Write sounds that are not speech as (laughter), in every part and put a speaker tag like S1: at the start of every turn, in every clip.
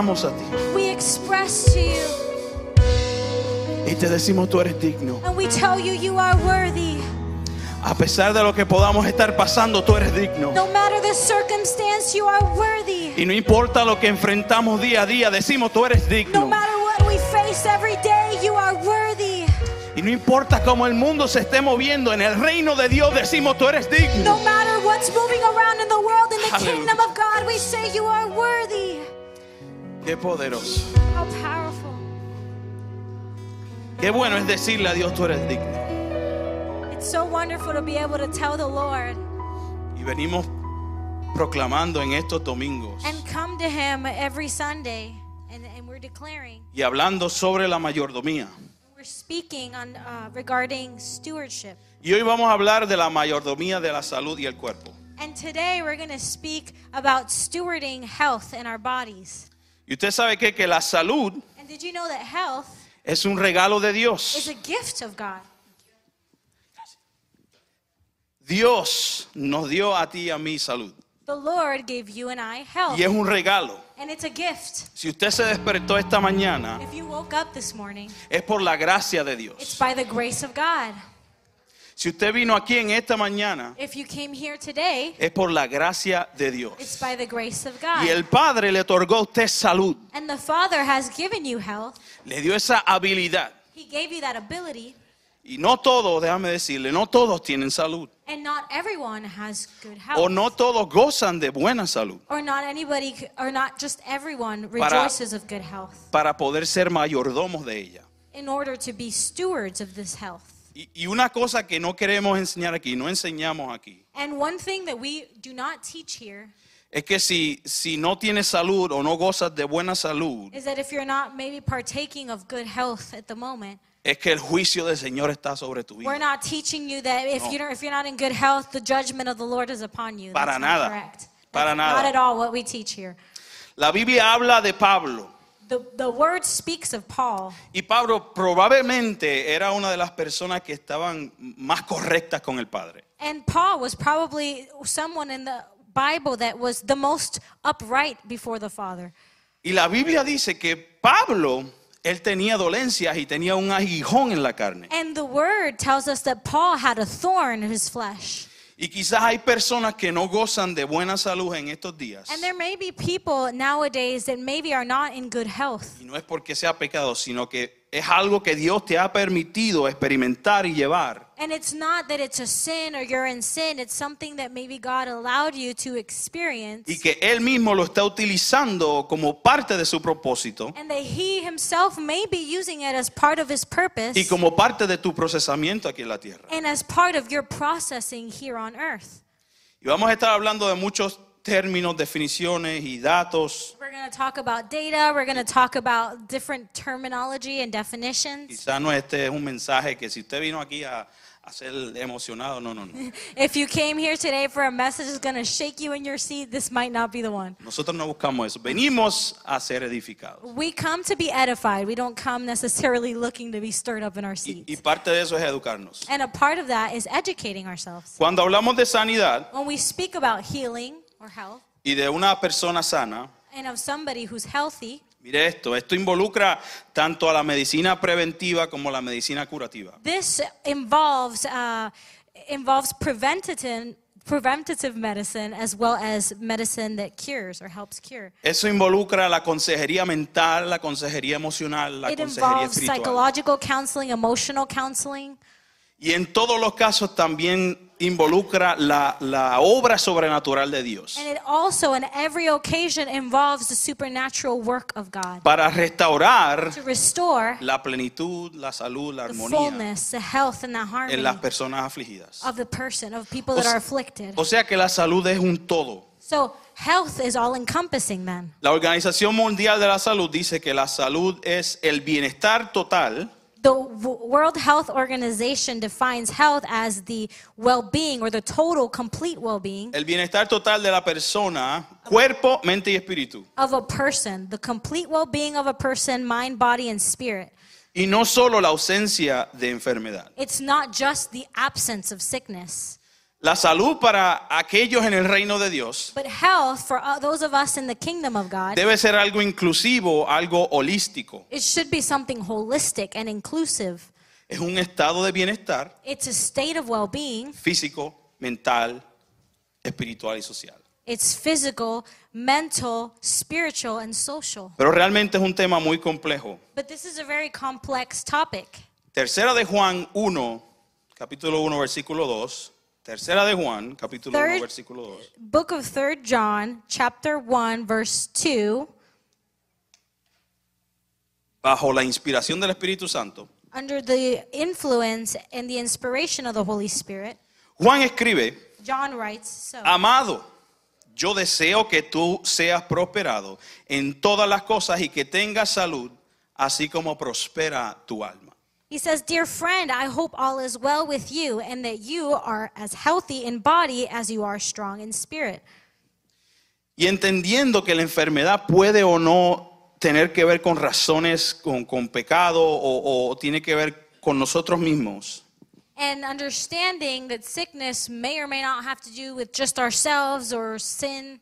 S1: expresamos a ti
S2: We express to you
S1: y te decimos tú eres digno.
S2: and we tell you you are worthy.
S1: A pesar de lo que podamos estar pasando, tú eres digno.
S2: No matter the circumstance, you are worthy.
S1: Y no importa lo que enfrentamos día a día, decimos tú eres
S2: No
S1: digno.
S2: matter what we face every day, you are worthy.
S1: Y no importa cómo el mundo se esté moviendo, en el reino de Dios decimos tú eres digno.
S2: No matter what's moving around in the world, in the
S1: Hallelujah.
S2: kingdom of God, we say you are worthy.
S1: Qué poderoso.
S2: How powerful.
S1: Qué bueno es decirle a Dios tú eres digno.
S2: It's so wonderful to be able to tell the Lord
S1: Y venimos proclamando en estos domingos
S2: and come to Him every Sunday. And, and we're declaring,
S1: y hablando sobre la mayordomía.
S2: we're speaking on uh, regarding stewardship.
S1: Y hoy vamos a hablar de la mayordomía de la salud y el cuerpo.
S2: And today we're going to speak about stewarding health in our bodies.
S1: Y usted sabe que, que la salud
S2: And did you know that health
S1: es un regalo de
S2: is
S1: Dios.
S2: a gift of God?
S1: Dios nos dio a ti y a mí salud.
S2: The Lord gave you and I health,
S1: Y es un regalo.
S2: and it's a gift.
S1: Si usted se despertó esta mañana,
S2: If you woke up this morning,
S1: es por la gracia de
S2: it's
S1: Dios.
S2: by the grace of God.
S1: Si usted vino aquí en esta mañana,
S2: If you came here today,
S1: es por la gracia de Dios.
S2: it's by the grace of
S1: Y
S2: God.
S1: el Padre le otorgó a usted salud.
S2: And the Father has given you health.
S1: Le dio esa habilidad.
S2: He gave you that ability,
S1: Y no todos, déjame decirle, no todos tienen salud.
S2: and not everyone has good
S1: O
S2: health.
S1: no todos gozan de buena salud
S2: Or not anybody, c- or not just everyone
S1: Para-
S2: rejoices of good health
S1: para poder ser mayordomos de ella.
S2: in order to be stewards of this health.
S1: Y, y una cosa que no queremos enseñar aquí, no enseñamos aquí,
S2: And one thing that we do not teach here
S1: es que si, si no tienes salud o no gozas de buena salud,
S2: is that if you're not maybe partaking of good health at the moment,
S1: es que el juicio del Señor está sobre tu
S2: we're
S1: vida.
S2: not teaching you that if
S1: No.
S2: you don't, if you're not in good health, the judgment of the Lord is upon you.
S1: Para
S2: That's
S1: nada.
S2: Not correct.
S1: Para
S2: That's Not
S1: nada.
S2: at all what we teach here.
S1: La Biblia habla de Pablo.
S2: The the word speaks of Paul,
S1: Y Pablo probablemente era una de las personas que estaban más correctas con el Padre.
S2: and Paul was probably someone in the Bible that was the most upright before the Father.
S1: Y la Biblia dice que Pablo, él tenía dolencias y tenía un aguijón en la carne.
S2: And the word tells us that Paul had a thorn in his flesh.
S1: Y quizás hay personas que no gozan de buena salud en estos días.
S2: And there may be people nowadays that maybe are not in good health.
S1: Y no es porque sea pecado, sino que es algo que Dios te ha permitido experimentar y llevar.
S2: And it's not that it's a sin or you're in sin, it's something that maybe God allowed you to experience
S1: Y que Él mismo lo está utilizando como parte de su propósito
S2: and that He Himself may be using it as part of His purpose
S1: y como parte de tu procesamiento aquí en la tierra.
S2: and as part of your processing here on earth.
S1: Y vamos a estar hablando de muchos términos, definiciones y datos.
S2: We're going to talk about data, we're going to talk about different terminology and definitions.
S1: Quizás no este es un mensaje que si usted vino aquí a, a ser emocionado, no, no, no.
S2: If you came here today for a message that's going to shake you in your seat, this might not be the one.
S1: Nosotros no buscamos eso. Venimos a ser edificados.
S2: We come to be edified. We don't come necessarily looking to be stirred up in our
S1: Y,
S2: seats.
S1: y parte de eso es educarnos.
S2: And a part of that is educating ourselves.
S1: Cuando hablamos de sanidad
S2: When we speak about healing or health
S1: y de una persona sana,
S2: and of somebody who's healthy,
S1: Mire esto, esto involucra tanto a la medicina preventiva como la medicina curativa.
S2: this involves uh, involves preventative preventative medicine as well as medicine that cures or helps cure.
S1: Eso involucra la consejería mental, la consejería emocional, la
S2: It
S1: consejería
S2: involves
S1: espiritual.
S2: psychological counseling, emotional counseling,
S1: Y en todos los casos también involucra la, la obra sobrenatural de Dios
S2: and it also, in every occasion, involves the supernatural work of God
S1: para restaurar
S2: to restore
S1: la plenitud, la salud, la
S2: the
S1: armonía
S2: fullness, the health, and the
S1: en
S2: harmony
S1: las personas afligidas.
S2: of the person, of people
S1: O
S2: that
S1: sea-
S2: are afflicted.
S1: O sea que la salud es un todo.
S2: So health is all encompassing then.
S1: La Organización Mundial de la Salud dice que la salud es el bienestar total
S2: The W- World Health Organization defines health as the well being or the total, complete well being
S1: El bienestar total de la persona, cuerpo, mente y espíritu.
S2: of a person, the complete well being of a person, mind, body, and spirit.
S1: Y no solo la ausencia de enfermedad.
S2: It's not just the absence of sickness.
S1: La salud para aquellos en el reino de Dios
S2: But health, for uh, those of us in the kingdom of God,
S1: debe ser algo inclusivo, algo holístico.
S2: it should be something holistic and inclusive.
S1: Es un estado de bienestar
S2: It's a state of well being,
S1: físico, mental, espiritual y social.
S2: it's physical, mental, spiritual, and social.
S1: Pero realmente es un tema muy complejo.
S2: But this is a very complex topic.
S1: Tercera de Juan 1, capítulo 1, versículo 2. Tercera de Juan, capítulo 1,
S2: Third-
S1: versículo 2.
S2: Book of 3 John, chapter 1, verse 2,
S1: Bajo la inspiración del Espíritu Santo,
S2: under the influence and the inspiration of the Holy Spirit,
S1: Juan escribe,
S2: John writes so.
S1: Amado, yo deseo que tú seas prosperado en todas las cosas y que tengas salud, así como prospera tu alma.
S2: He says, Dear friend, I hope all is well with you and that you are as healthy in body as you are strong in spirit.
S1: Y entendiendo que la enfermedad puede o no tener que ver con razones, con, con pecado o, o tiene que ver con nosotros mismos,
S2: And understanding that sickness may or may not have to do with just ourselves or sin.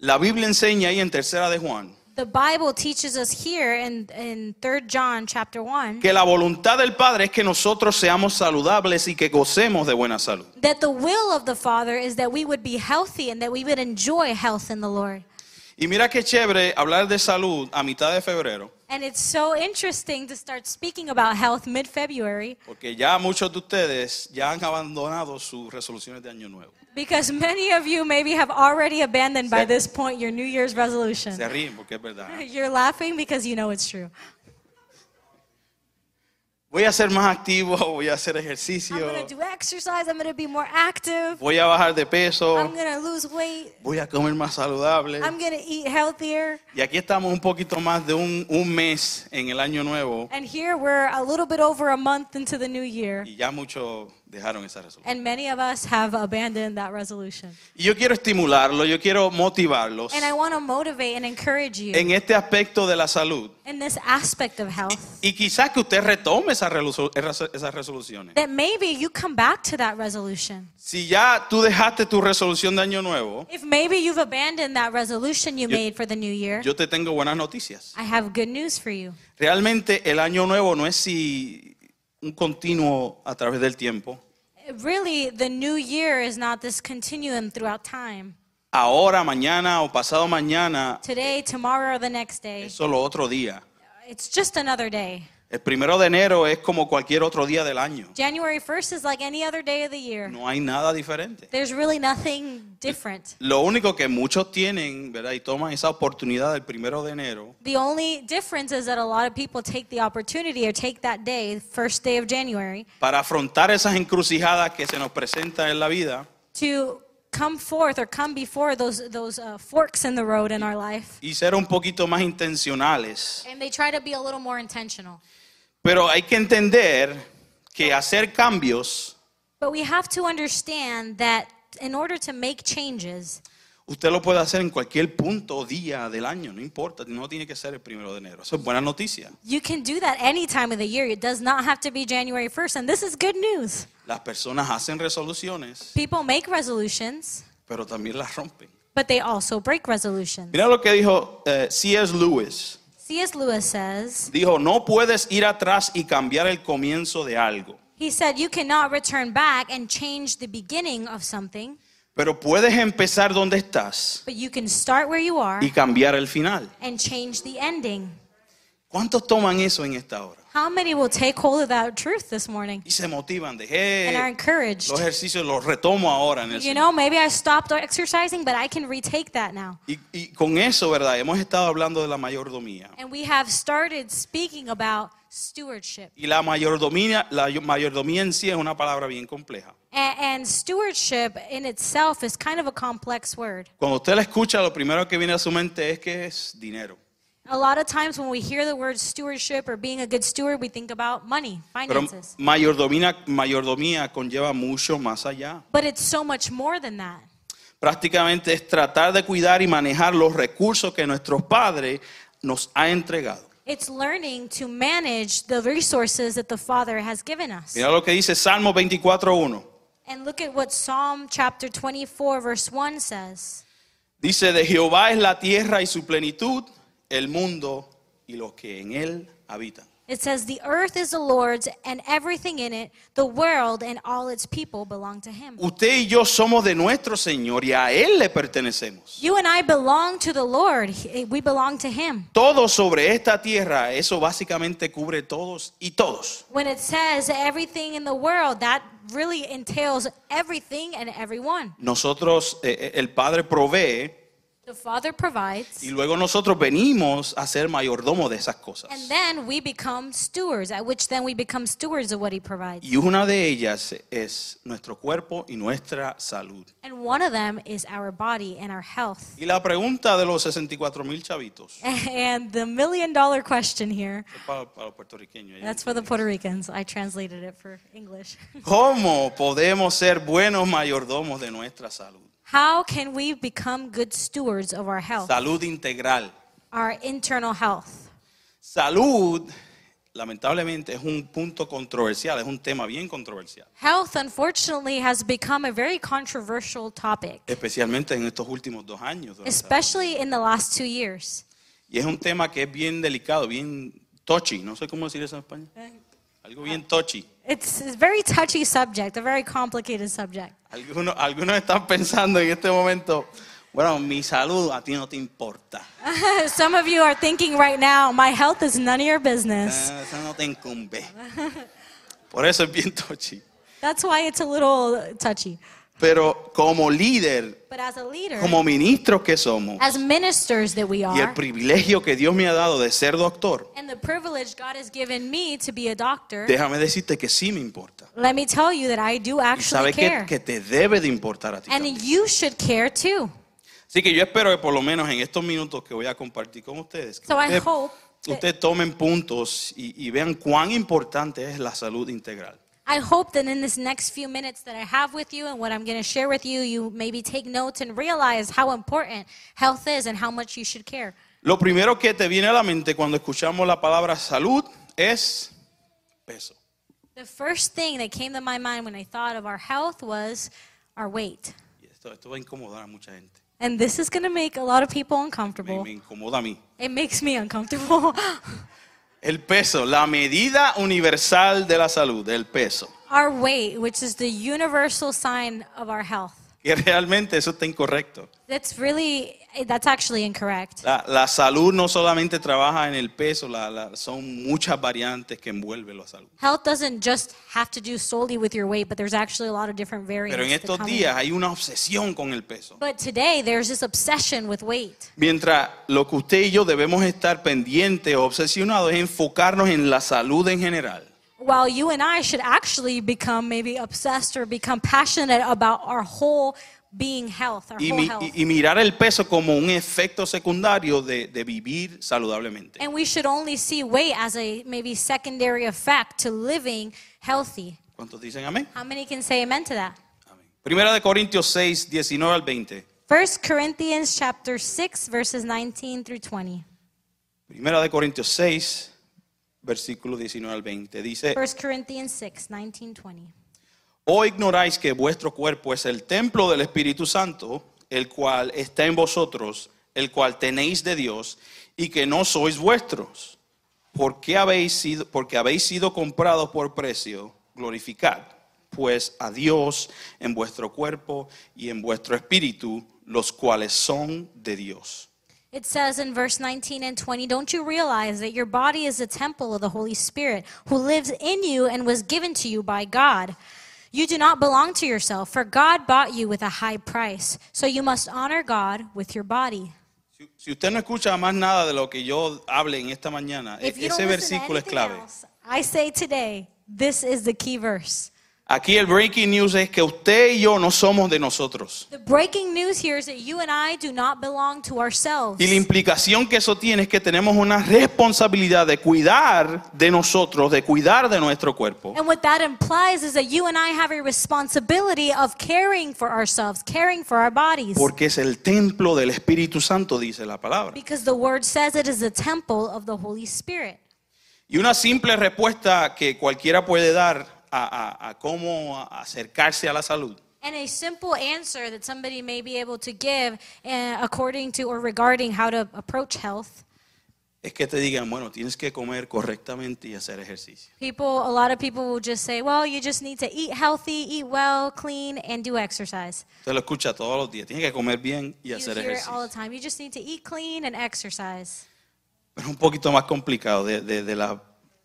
S1: la Biblia enseña ahí en Tercera de Juan
S2: The Bible teaches us here in, in 3 John chapter 1
S1: que la voluntad del Padre es que nosotros seamos saludables y que gocemos de buena salud.
S2: that the will of the Father is that we would be healthy and that we would enjoy health in the Lord.
S1: Y mira qué chévere hablar de salud a mitad de febrero.
S2: And it's so interesting to start speaking about health mid February
S1: Porque ya muchos de ustedes ya han abandonado sus resoluciones de año nuevo.
S2: because many of you maybe have already abandoned by this point your New Year's resolution.
S1: Se ríen porque es verdad.
S2: (laughs) You're laughing because you know it's true.
S1: Voy a ser más activo, (laughs) voy a hacer
S2: I'm
S1: ejercicio,
S2: going to do exercise, I'm going to be more active,
S1: voy a bajar de
S2: I'm
S1: peso,
S2: going to lose weight,
S1: voy a comer más saludable.
S2: I'm going to eat healthier.
S1: Y aquí estamos un poquito más de un, un mes en el año nuevo
S2: And here we're a little bit over a month into the new year.
S1: y ya muchos dejaron esa resolución.
S2: And many of us have abandoned that resolution.
S1: Y yo quiero estimularlo, yo quiero motivarlos
S2: And I want to motivate and encourage you
S1: en este aspecto de la salud.
S2: in this aspect of health
S1: Y quizás que usted retome esas resolu- esas resoluciones.
S2: that maybe you come back to that resolution.
S1: Si ya tú dejaste tu resolución de año nuevo,
S2: If maybe you've abandoned that resolution you
S1: Yo-
S2: made for the new year,
S1: yo te tengo buenas noticias.
S2: I have good news for you.
S1: Realmente el año nuevo no es si un continuo a través del tiempo.
S2: Really, the new year is not this continuum throughout time.
S1: Ahora, mañana o pasado mañana,
S2: Today, tomorrow, or the next day.
S1: es solo otro día.
S2: It's just another day.
S1: El primero de enero es como cualquier otro día del año.
S2: January 1st is like any other day of the year.
S1: No hay nada diferente.
S2: There's really nothing different.
S1: Lo único que muchos tienen, ¿verdad? Y toman esa oportunidad del primero de enero
S2: The only difference is that a lot of people take the opportunity or take that day, first day of January,
S1: para afrontar esas encrucijadas que se nos presentan en la vida
S2: to come forth or come before those those uh, forks in the road in our life,
S1: y ser un poquito más intencionales.
S2: and they try to be a little more intentional.
S1: Pero hay que entender que hacer cambios,
S2: But we have to understand that in order to make changes,
S1: Usted lo puede hacer en cualquier punto o día del año, no importa, no tiene que ser el primero de enero. Eso es buena noticia.
S2: you can do that any time of the year. It does not have to be January 1st, and this is good news.
S1: Las personas hacen resoluciones,
S2: People make resolutions,
S1: pero también las rompen.
S2: but they also break resolutions.
S1: Mira lo que dijo eh, C.S. Lewis.
S2: C.S. Lewis says.
S1: Dijo, no puedes ir atrás y cambiar el comienzo de algo,
S2: He said, You cannot return back and change the beginning of something,
S1: pero puedes empezar donde estás
S2: but you can start where you are
S1: y cambiar el final.
S2: and change the ending.
S1: ¿Cuántos toman eso en esta hora?
S2: How many will take hold of that truth this morning
S1: Y se motivan, de
S2: and
S1: "Eh,
S2: are encouraged?
S1: los ejercicios los retomo ahora en el
S2: You
S1: Señor".
S2: know, maybe I stopped exercising, but I can retake that now.
S1: y, y con eso, ¿verdad? Hemos estado hablando de la mayordomía.
S2: And we have started speaking about stewardship.
S1: Y la mayordomía, la yo- mayordomía en sí es una palabra bien compleja.
S2: And, and stewardship in itself is kind of a complex word.
S1: Cuando usted la escucha, lo primero que viene a su mente es que es dinero.
S2: A lot of times when we hear the word stewardship or being a good steward, we think about money,
S1: Pero
S2: finances.
S1: mayordomía, mayordomía conlleva mucho más allá.
S2: But it's so much more than that.
S1: Prácticamente es tratar de cuidar y manejar los recursos que nuestros padres nos ha entregado.
S2: It's learning to manage the resources that the Father has given us.
S1: Mira lo que dice Salmo 24.1.
S2: And look at what Psalm chapter 24, verse 1 says.
S1: Dice, de Jehová es la tierra y su plenitud, el mundo y los que en él habitan.
S2: It says, The earth is the Lord's and everything in it, the world and all its people belong to Him.
S1: Usted y yo somos de nuestro Señor y a Él le pertenecemos.
S2: You and I belong to the Lord, He- we belong to Him.
S1: Todo sobre esta tierra, eso básicamente cubre todos y todos.
S2: When it says everything in the world, that really entails everything and everyone.
S1: Nosotros, eh, eh, el Padre provee
S2: The Father provides,
S1: y luego nosotros venimos a ser mayordomo de esas cosas.
S2: and then we become stewards, at which then we become stewards of what He provides.
S1: Y una de ellas es nuestro cuerpo y nuestra salud.
S2: And one of them is our body and our health. (laughs)
S1: Y la pregunta de los 64 mil chavitos,
S2: And the million dollar question here.
S1: es para, para los puertorriqueños.
S2: That's for the Puerto Ricans. I translated it for English. (laughs)
S1: ¿Cómo podemos ser buenos mayordomos de nuestra salud?
S2: How can we become good stewards of our health,
S1: Salud integral.
S2: our internal health?
S1: Salud, lamentablemente, es un punto controversial, es un tema bien controversial,
S2: Health, unfortunately, has become a very controversial topic,
S1: especialmente en estos últimos dos años. ¿verdad?
S2: especially in the last two years.
S1: Y es un tema que es bien delicado, bien touchy, no sé cómo decir eso en España. Algo bien touchy.
S2: It's a very touchy subject, a very complicated subject. (laughs)
S1: Algunos, algunos están pensando en este momento, bueno, mi salud a ti no te importa,
S2: Ah, Some of you are thinking right now, my health is none of your business.
S1: eh, eso no te incumbe. Por eso es bien touchy.
S2: That's why it's a little touchy.
S1: Pero como líder,
S2: But as a leader,
S1: como ministros que somos,
S2: as ministers that we
S1: y el
S2: are,
S1: privilegio que Dios me ha dado de ser doctor,
S2: and the privilege God has given me to be a doctor,
S1: déjame decirte que sí me importa.
S2: Let me tell you that I do
S1: Y
S2: actually
S1: sabes que,
S2: care.
S1: que te debe de importar a ti.
S2: and
S1: también.
S2: you should care too.
S1: Así que yo espero que por lo menos en estos minutos que voy a compartir con ustedes, que
S2: So I
S1: ustedes,
S2: hope that-
S1: ustedes tomen puntos y, y vean cuán importante es la salud integral.
S2: I hope that in this next few minutes that I have with you and what I'm going to share with you, you maybe take notes and realize how important health is and how much you should care.
S1: Lo primero que te viene a la mente cuando escuchamos la palabra salud es peso.
S2: The first thing that came to my mind when I thought of our health was our weight.
S1: Y esto, esto va a incomodar a mucha gente.
S2: And this is going to make a lot of people
S1: Me,
S2: uncomfortable.
S1: me incomoda a mí.
S2: It makes me uncomfortable. (laughs)
S1: El peso, la medida universal de la salud, el peso.
S2: our weight, which is the universal sign of our health.
S1: Que realmente eso está incorrecto.
S2: That's really, that's actually incorrect.
S1: La, la salud no solamente trabaja en el peso, la- la- son muchas variantes que envuelven la salud.
S2: Health doesn't just have to do solely with your weight, but there's actually a lot of different variants.
S1: Pero en
S2: that
S1: estos
S2: come in.
S1: días hay una obsesión con el peso.
S2: But today there's this obsession with weight.
S1: Mientras lo que usted y yo debemos estar pendientes o obsesionados es enfocarnos en la salud en general.
S2: While you and I should actually become maybe obsessed or become passionate about our whole being health, our
S1: Y,
S2: whole
S1: mi-
S2: health.
S1: y- y mirar el peso como un efecto secundario de, de vivir saludablemente.
S2: and we should only see weight as a maybe secondary effect to living healthy.
S1: ¿Cuántos dicen amén?
S2: How many can say amen to that?
S1: Amén. Primera de Corintios 6, 19 al 20.
S2: 1 Corinthians chapter 6 verses 19 through 20.
S1: Primera de Corintios 6, versículo 19 al 20. Dice,
S2: 1 Corinthians 6, 19, 20.
S1: ¿O ignoráis que vuestro cuerpo es el templo del Espíritu Santo, el cual está en vosotros, el cual tenéis de Dios, y que no sois vuestros? Porque habéis sido, porque habéis sido comprados por precio, glorificad, pues a Dios en vuestro cuerpo y en vuestro espíritu, los cuales son de Dios.
S2: It says in verse 19 and 20, Don't you realize that your body is a temple of the Holy Spirit who lives in you and was given to you by God? You do not belong to yourself, for God bought you with a high price. So you must honor God with your body.
S1: Si- Si usted no escucha más nada de lo que yo hable en esta mañana, e-
S2: If you don't
S1: ese
S2: listen to
S1: versículo es
S2: anything
S1: clave.
S2: else, I say today, this is the key verse.
S1: Aquí el breaking news es que usted y yo no somos de nosotros.
S2: The breaking news here is that you and I do not belong to ourselves.
S1: Y la implicación que eso tiene es que tenemos una responsabilidad de cuidar de nosotros, de cuidar de nuestro cuerpo.
S2: And what that implies is that you and I have a responsibility of caring for ourselves, caring for our bodies.
S1: Porque es el templo del Espíritu Santo, dice la palabra.
S2: Because the word says it is the temple of the Holy Spirit.
S1: Y una simple respuesta que cualquiera puede dar a, a- a cómo acercarse a la salud.
S2: And a simple answer that somebody may be able to give uh, according to or regarding how to approach health.
S1: Es que te digan, bueno, tienes que comer correctamente y hacer ejercicio.
S2: People, a lot of people will just say, well, you just need to eat healthy, eat well, clean, and do exercise.
S1: Usted lo escucha todos los días. Tienes que comer bien y
S2: You
S1: hacer
S2: hear it all
S1: ejercicio.
S2: the time. You just need to eat clean and exercise.
S1: Pero un poquito más complicado. De, de- de la,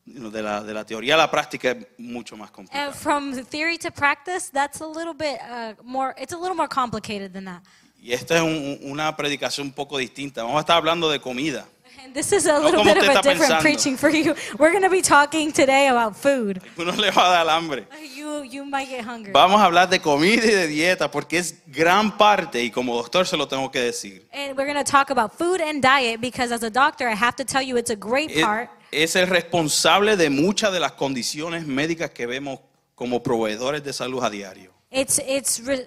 S1: de, la, de la teoría a la práctica es mucho más
S2: And
S1: complicado.
S2: Uh, from the theory to practice, that's a little bit uh, more, it's a little more complicated than that.
S1: Y esta es un- una predicación un poco distinta. Vamos a estar hablando de comida. (laughs)
S2: And this is a little
S1: como
S2: bit of
S1: usted
S2: a
S1: está
S2: different
S1: pensando.
S2: preaching for you. (laughs) We're going to be talking today about food.
S1: Uno le va a dar hambre.
S2: You, you might get hungry.
S1: Vamos a hablar de comida y de dieta porque es gran parte, y como doctor se lo tengo que decir,
S2: And we're going to talk about food and diet because as a doctor, I have to tell you it's a great
S1: es,
S2: part.
S1: es el responsable de muchas de las condiciones médicas que vemos como proveedores de salud a diario.
S2: It's it's re,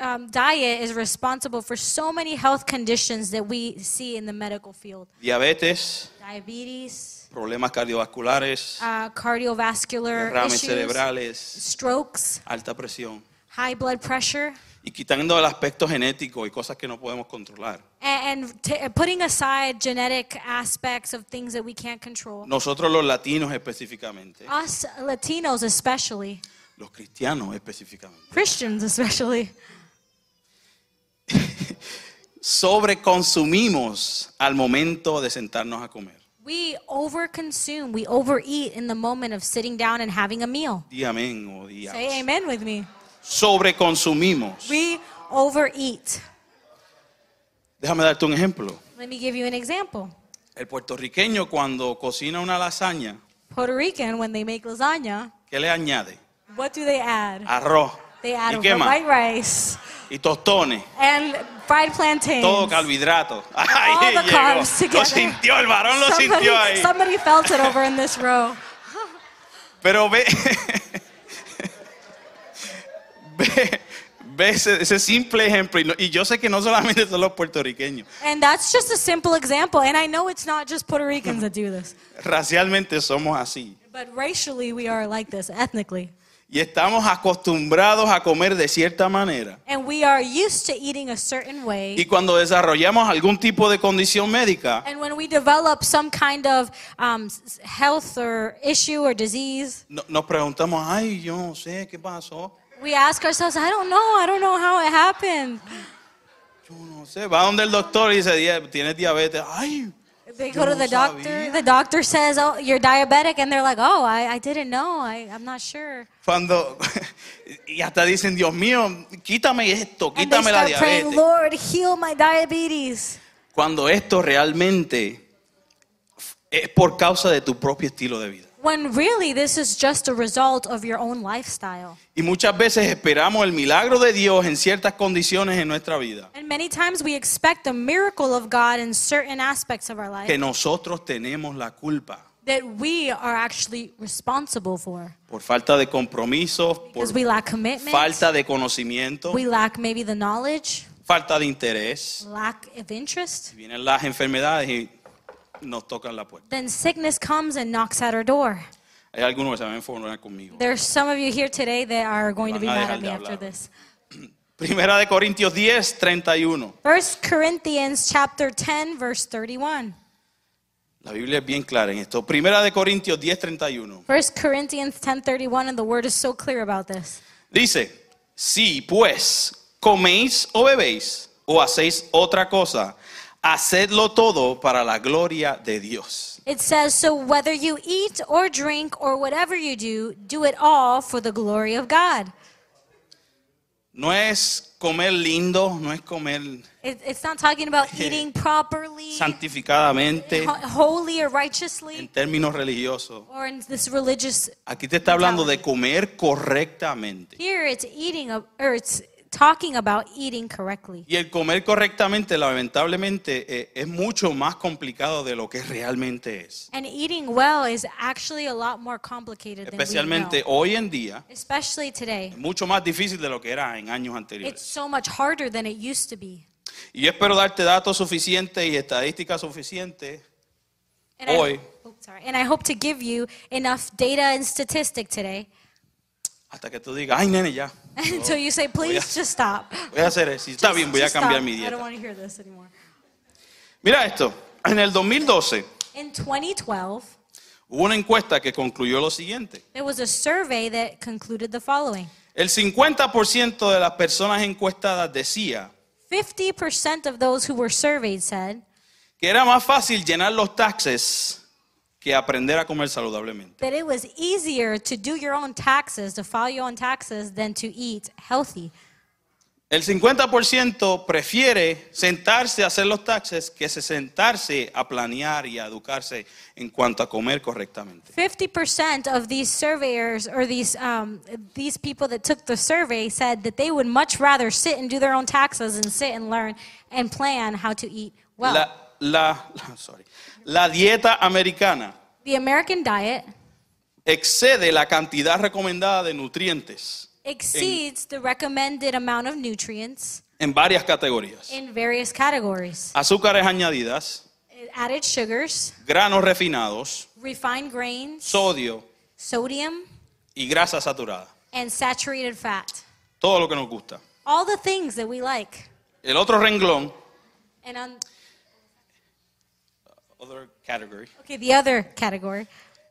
S2: um, diet is responsible for so many health conditions that we see in the medical field:
S1: Diabetes,
S2: diabetes,
S1: problemas cardiovasculares,
S2: uh, cardiovascular
S1: derrames
S2: issues,
S1: cerebrales,
S2: strokes,
S1: alta presión.
S2: high blood pressure,
S1: Y quitando el aspecto genético y cosas que no podemos controlar.
S2: and, and t- putting aside genetic aspects of things that we can't control.
S1: Nosotros los latinos específicamente,
S2: Us Latinos, especially
S1: los cristianos específicamente,
S2: Christians, especially
S1: sobreconsumimos al momento de sentarnos a comer.
S2: we overconsume, we overeat in the moment of sitting down and having a meal.
S1: Di amén o di ouch.
S2: Say amen with me.
S1: Sobreconsumimos.
S2: We overeat.
S1: Déjame darte un ejemplo.
S2: Let me give you an example.
S1: El puertorriqueño cuando cocina una lasaña,
S2: Puerto Rican, when they make lasagna,
S1: ¿qué le añade?
S2: what do they add?
S1: Arroz.
S2: They add
S1: ¿Y qué más?
S2: white rice
S1: Y tostones.
S2: and fried plantains.
S1: Todo (laughs) carbohidrato.
S2: All
S1: Ahí
S2: the carbs
S1: llegó. Lo
S2: together.
S1: sintió, el varón lo
S2: somebody,
S1: sintió ahí.
S2: somebody felt it over in this row.
S1: Pero ve, (laughs) ve, ve ese, ese simple ejemplo. Y, no- y yo sé que no solamente son los puertorriqueños.
S2: And that's just a simple example. And I know it's not just Puerto Ricans that do this,
S1: Racialmente somos así.
S2: but racially we are like this, ethnically.
S1: Y estamos acostumbrados a comer de cierta manera.
S2: And we are used to eating a certain
S1: Y
S2: way.
S1: cuando desarrollamos algún tipo de condición médica,
S2: And when we develop some kind of um, s- health or issue or disease,
S1: no- nos preguntamos, ay, yo no sé qué pasó.
S2: We ask ourselves, I don't know, I don't know how it happened.
S1: Yo no sé. Va donde el doctor y dice, "Di- tienes diabetes. Ay,
S2: They
S1: Yo
S2: go to
S1: no
S2: the doctor,
S1: sabía.
S2: the doctor says, Oh, you're diabetic, and they're like, Oh, I, I didn't know, I, I'm not sure.
S1: cuando. (laughs) Y hasta dicen, Dios mío, quítame esto,
S2: And they
S1: quítame la
S2: start praying,
S1: diabetes.
S2: Lord, heal my diabetes.
S1: Cuando esto realmente es por causa de tu propio estilo de vida.
S2: When really this is just a result of your own lifestyle.
S1: Y muchas veces esperamos el milagro de Dios en ciertas condiciones en nuestra vida
S2: And many times we expect a miracle of God in certain aspects of our
S1: que
S2: life
S1: nosotros tenemos la culpa
S2: that we are actually responsible for.
S1: por falta de compromiso, por
S2: Because we lack commitment,
S1: falta de conocimiento,
S2: we lack maybe the knowledge,
S1: falta de interés.
S2: lack of interest.
S1: Vienen las enfermedades y nos tocan la puerta.
S2: Then sickness comes and knocks at our door.
S1: Hay algunos que se van a enfocar conmigo.
S2: There's some of you here today that are going to be
S1: Van a dejar
S2: mad at me
S1: de
S2: after
S1: hablar.
S2: this.
S1: Primera de Corintios 10, 31.
S2: First Corinthians chapter 10 verse 31.
S1: La Biblia es bien clara en esto. Primera de Corintios 10, 31.
S2: First Corinthians 10:31 and the word is so clear about this.
S1: Dice, si pues coméis o bebéis o hacéis otra cosa, hacedlo todo para la gloria de Dios.
S2: It says, "So whether you eat or drink or whatever you do, do it all for the glory of God."
S1: No es comer lindo, no es comer
S2: It, it's not
S1: (laughs)
S2: talking about eating properly,
S1: santificadamente
S2: ho- holy or
S1: en
S2: righteously,
S1: términos religiosos.
S2: or in this religious
S1: Aquí te está hablando de comer correctamente.
S2: Here it's eating a- or it's talking about eating correctly.
S1: Y el comer correctamente, lamentablemente, eh, es mucho más complicado de lo que realmente es.
S2: And eating well is actually a lot more complicated than we
S1: Especialmente
S2: know.
S1: hoy en día,
S2: Especially today.
S1: es mucho más difícil de lo que era en años anteriores.
S2: It's so much harder than it used to be.
S1: Y yo espero darte datos suficientes y estadísticas suficientes
S2: And
S1: Hoy.
S2: I, oh, sorry. and I hope to give you enough data and statistic today
S1: Hasta que tú digas, ay, nene, ya.
S2: (laughs) Until you say, please, just stop.
S1: Voy a hacer eso. Está bien, voy a
S2: Just
S1: cambiar
S2: stop.
S1: mi
S2: I don't
S1: dieta.
S2: want to hear this anymore.
S1: Mira esto. En el 2012
S2: In 2012,
S1: hubo una encuesta que concluyó lo siguiente.
S2: there was a survey that concluded the following
S1: El 50% de las personas encuestadas decía
S2: 50% of those who were surveyed said
S1: que era más fácil llenar los taxes que aprender a comer saludablemente.
S2: that it was easier to do your own taxes, to file your own taxes, than to eat healthy.
S1: El 50% prefiere sentarse a hacer los taxes que se sentarse a planear y a educarse en cuanto a comer correctamente.
S2: 50% of these surveyors or these, um, these people that took the survey said that they would much rather sit and do their own taxes and sit and learn and plan how to eat well.
S1: La, la- la- sorry. La dieta americana
S2: the American diet
S1: excede la cantidad recomendada de nutrientes
S2: exceeds the recommended amount of nutrients
S1: en varias categorías.
S2: in various categories
S1: Azúcares añadidas,
S2: added sugars,
S1: granos refinados,
S2: refined grains,
S1: sodio
S2: sodium,
S1: y grasa saturada.
S2: and saturated fat.
S1: Todo lo que nos gusta.
S2: All the things that we like.
S1: El otro renglón,
S2: And on
S1: other category,
S2: okay, the other category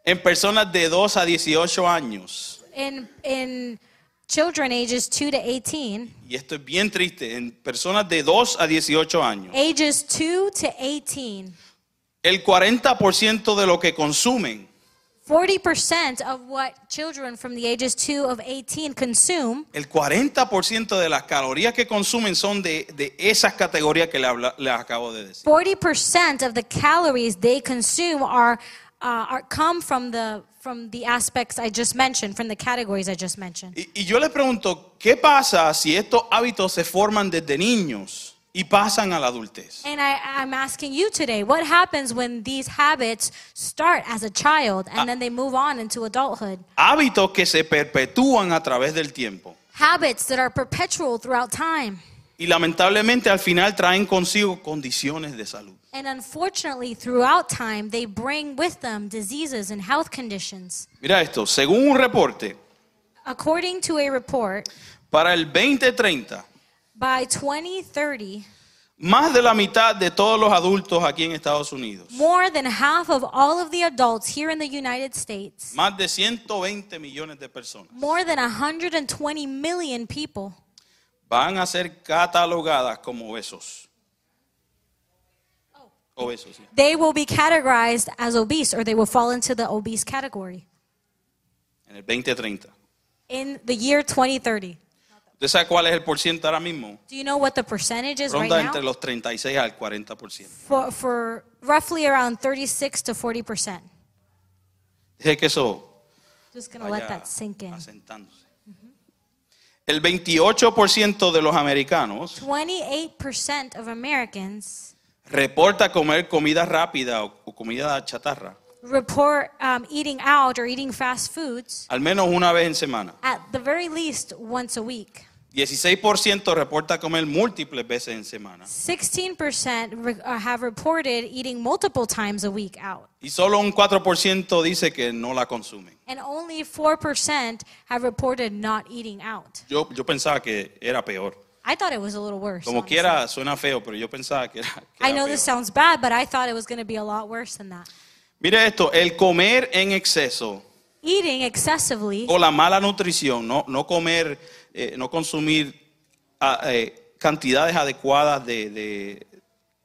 S1: en personas de 2 a 18 años
S2: in in children ages 2 to 18,
S1: Y esto es bien triste, en personas de 2 a 18 años.
S2: ages 2 to 18,
S1: El 40% de lo que consumen
S2: 40% of what children from the ages 2 of 18 consume
S1: El 40% de las calorías que consumen son de, de esas categorías que le habla- les, acabo de decir.
S2: 40% of the calories they consume are, uh, are come from the from the aspects I just mentioned, from the categories I just mentioned.
S1: Y, y yo les pregunto, ¿qué pasa si estos hábitos se forman desde niños y pasan a la adultez?
S2: And I, I'm asking you today, what happens when these habits start as a child and then they move on into adulthood?
S1: Hábitos que se perpetúan a través del tiempo
S2: Habits that are perpetual throughout time.
S1: y lamentablemente al final traen consigo condiciones de salud.
S2: And unfortunately, throughout time, they bring with them diseases and health conditions.
S1: Mira esto, según un reporte,
S2: According to a report,
S1: para el 2030,
S2: by 2030,
S1: más de la mitad de todos los adultos aquí en Estados Unidos,
S2: More than half of all of the adults here in the United States,
S1: más de 120 millones de personas,
S2: more than 120 million people,
S1: van a ser catalogadas como obesos.
S2: Oh.
S1: Obesos, sí.
S2: they will be categorized as obese or they will fall into the obese category
S1: en el 2030.
S2: in the year 2030.
S1: ¿Usted sabe cuál es el por ciento ahora mismo?
S2: Do you know what the percentage is Pues right
S1: Ronda entre
S2: now?
S1: los 36 al 40%.
S2: For, for roughly around 36 to 40%.
S1: Dije que eso
S2: Just going to let
S1: vaya
S2: Oh, that sink in. Mm-hmm.
S1: asentándose. El 28% de los americanos
S2: 28% of Americans
S1: reporta comer comida rápida o o comida chatarra
S2: report um, eating out or eating fast foods
S1: al menos una vez en semana.
S2: at the very least once a week.
S1: 16% reporta comer múltiples veces en semana.
S2: 16% re- uh, have reported eating multiple times a week out,
S1: Y solo un 4% dice que no la consumen.
S2: and only 4% have reported not eating out.
S1: Yo, yo pensaba que era peor.
S2: I thought it was a little worse.
S1: Como
S2: honestly.
S1: quiera, suena feo, pero yo pensaba que era, que
S2: I
S1: era
S2: know
S1: peor.
S2: this sounds bad, but I thought it was going to be a lot worse than that.
S1: Mire esto, el comer en exceso
S2: Eating excessively
S1: o la mala nutrición, no, no comer, eh, no consumir ah, eh, cantidades adecuadas de, de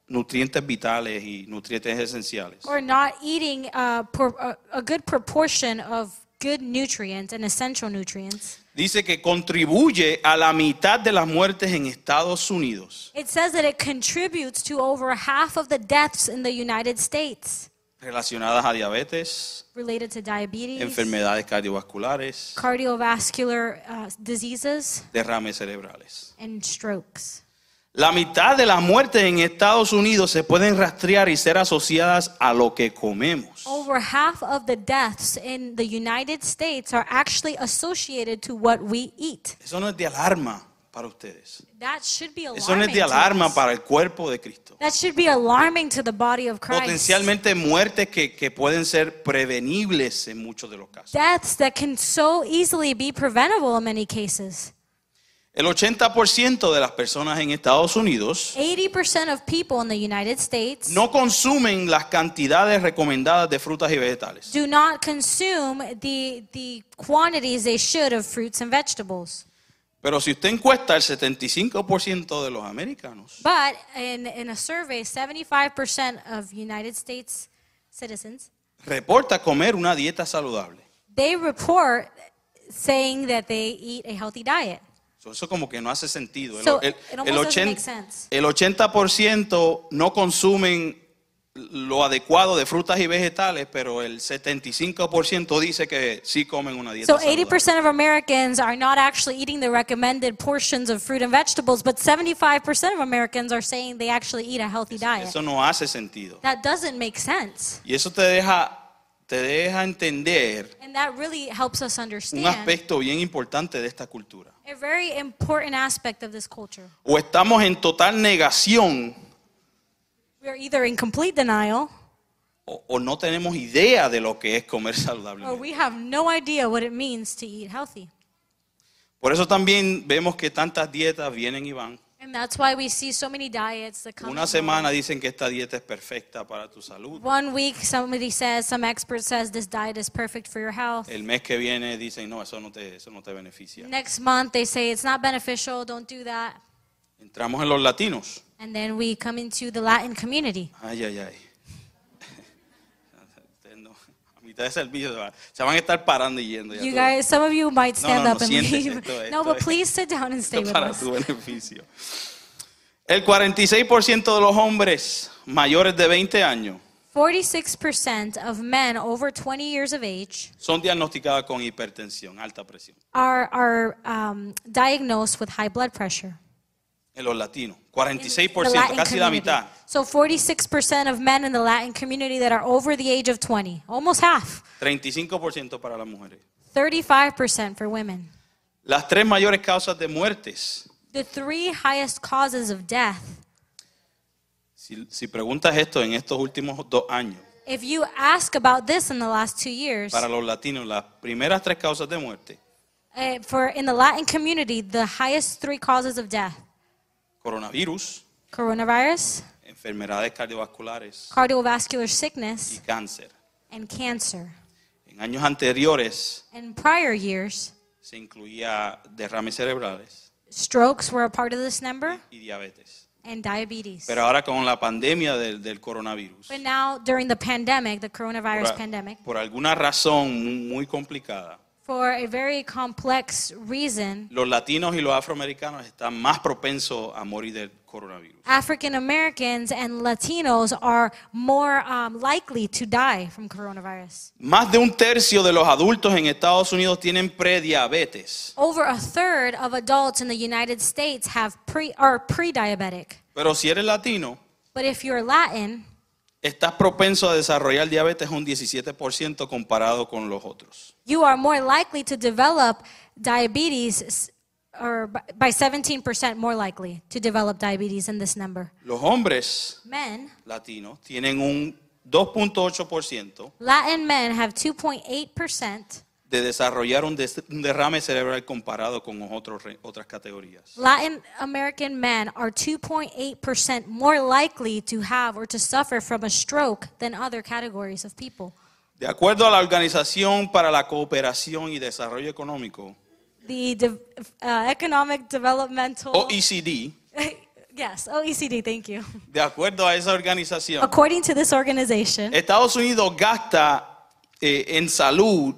S1: nutrientes vitales y nutrientes esenciales,
S2: or not eating uh, por- a, a good proportion of good nutrients and essential nutrients.
S1: dice que contribuye a la mitad de las muertes en Estados Unidos
S2: It says that it contributes to over half of the deaths in the United States
S1: relacionadas a diabetes,
S2: related to diabetes,
S1: enfermedades cardiovasculares,
S2: cardiovascular uh, diseases
S1: derrames cerebrales.
S2: and strokes.
S1: La mitad de las muertes en Estados Unidos se pueden rastrear y ser asociadas a lo que comemos.
S2: Over half of the deaths in the United States are actually associated to what we eat.
S1: Eso no es de alarma. para ustedes.
S2: That should be alarming.
S1: Eso no es de
S2: to
S1: alarma
S2: us.
S1: para el cuerpo de Cristo.
S2: That should be alarming to the body of Christ.
S1: Potencialmente muertes que, que pueden ser prevenibles en muchos de los casos.
S2: Deaths that can so easily be preventable in many cases.
S1: El 80% de las personas en Estados Unidos
S2: 80% of people in the United States
S1: no consumen las cantidades recomendadas de frutas y vegetales.
S2: do not consume the, the quantities they should of fruits and vegetables.
S1: Pero si usted encuesta el 75% de los americanos,
S2: But in, in a survey, 75% of United States citizens
S1: reporta comer una dieta saludable.
S2: they report saying that they eat a healthy diet.
S1: So, Eso como que no hace sentido. El-
S2: So,
S1: el,
S2: it almost
S1: el
S2: doesn't
S1: 80
S2: make sense.
S1: el 80% no consumen lo adecuado de frutas y vegetales, pero el 75% dice que sí comen una dieta
S2: So
S1: saludable.
S2: 80% of Americans are not actually eating the recommended portions of fruit and vegetables, but 75% of Americans are saying they actually eat a healthy diet.
S1: Eso no hace sentido.
S2: That doesn't make sense.
S1: Y eso te deja, te deja entender
S2: And that really helps us
S1: un
S2: understand
S1: aspecto bien importante de esta cultura.
S2: a very important aspect of this culture.
S1: O estamos en total negación
S2: We are either in complete denial
S1: o, o no tenemos idea de lo que es comer (laughs)
S2: or
S1: saludablemente.
S2: we have no idea what it means to eat healthy.
S1: Por eso también vemos que tantas dietas vienen y van.
S2: And that's why we see so many diets that come
S1: Una
S2: and go.
S1: semana dicen que esta dieta es perfecta para tu salud.
S2: One week, somebody says, some expert says this diet is perfect for your health.
S1: El mes que viene dicen, no, eso no te, eso no te beneficia.
S2: Next month, they say it's not beneficial, don't do that.
S1: Entramos en los latinos.
S2: And then we come into the Latin community.
S1: Ay, ay, ay. (laughs) Ustedes no- A mitad de servicio se van- se van a estar parando y yendo. ya
S2: You
S1: tú- (laughs)
S2: guys, some of you might
S1: No, no,
S2: stand
S1: no,
S2: up and
S1: siéntese,
S2: leave.
S1: esto es-
S2: (laughs) no,
S1: esto
S2: but
S1: es-
S2: please sit down and stay with
S1: para
S2: us.
S1: tu beneficio. El 46% de los hombres mayores de 20 años
S2: 46% of men over 20 years of age
S1: son diagnosticados con hipertensión, alta presión.
S2: are, are um, diagnosed with high blood pressure.
S1: En los latinos,
S2: in the
S1: 46%,
S2: Latin
S1: casi la
S2: community.
S1: mitad.
S2: So 46% of men in the Latin community that are over the age of 20, almost half.
S1: 35% para las mujeres.
S2: 35% for women.
S1: Las tres mayores causas de muertes.
S2: The three highest causes of death.
S1: Si, si preguntas esto en estos últimos dos años,
S2: If you ask about this in the last two years,
S1: para los latinos, las primeras tres causas de muerte,
S2: uh, for in the Latin community, the highest three causes of death:
S1: coronavirus,
S2: coronavirus,
S1: enfermedades cardiovasculares
S2: cardiovascular
S1: y
S2: sickness,
S1: cáncer.
S2: and cancer.
S1: En años anteriores
S2: In prior years,
S1: se incluía derrames cerebrales
S2: strokes were a part of this number,
S1: y diabetes.
S2: and diabetes.
S1: Pero ahora con la pandemia del, del coronavirus,
S2: But now, during the pandemic, the
S1: por,
S2: coronavirus
S1: a-
S2: pandemic,
S1: por alguna razón mu- muy complicada,
S2: for a very complex reason,
S1: los latinos y los afroamericanos están más propensos a morir del coronavirus.
S2: African Americans and Latinos are more um, likely to die from coronavirus.
S1: Más de un tercio de los adultos en Estados Unidos tienen prediabetes,
S2: Over a third of adults in the United States have pre are pre-diabetic.
S1: pero si eres latino,
S2: But if you're Latin,
S1: estás propenso a desarrollar diabetes un 17% comparado con los otros.
S2: you are more likely to develop diabetes s- or b- by 17% more likely to develop diabetes in this number.
S1: Los hombres
S2: Men,
S1: latinos tienen un 2.8%
S2: Latin men have 2.8%
S1: de desarrollar un, des- un derrame cerebral comparado con otros re- otras categorías.
S2: Latin American men are 2.8% more likely to have or to suffer from a stroke than other categories of people.
S1: De acuerdo a la Organización para la Cooperación y Desarrollo Económico,
S2: The de- uh, economic developmental.
S1: E OECD,
S2: (laughs) yes, OECD, thank you.
S1: de acuerdo a esa organización,
S2: According to this organization,
S1: Estados Unidos gasta eh, en salud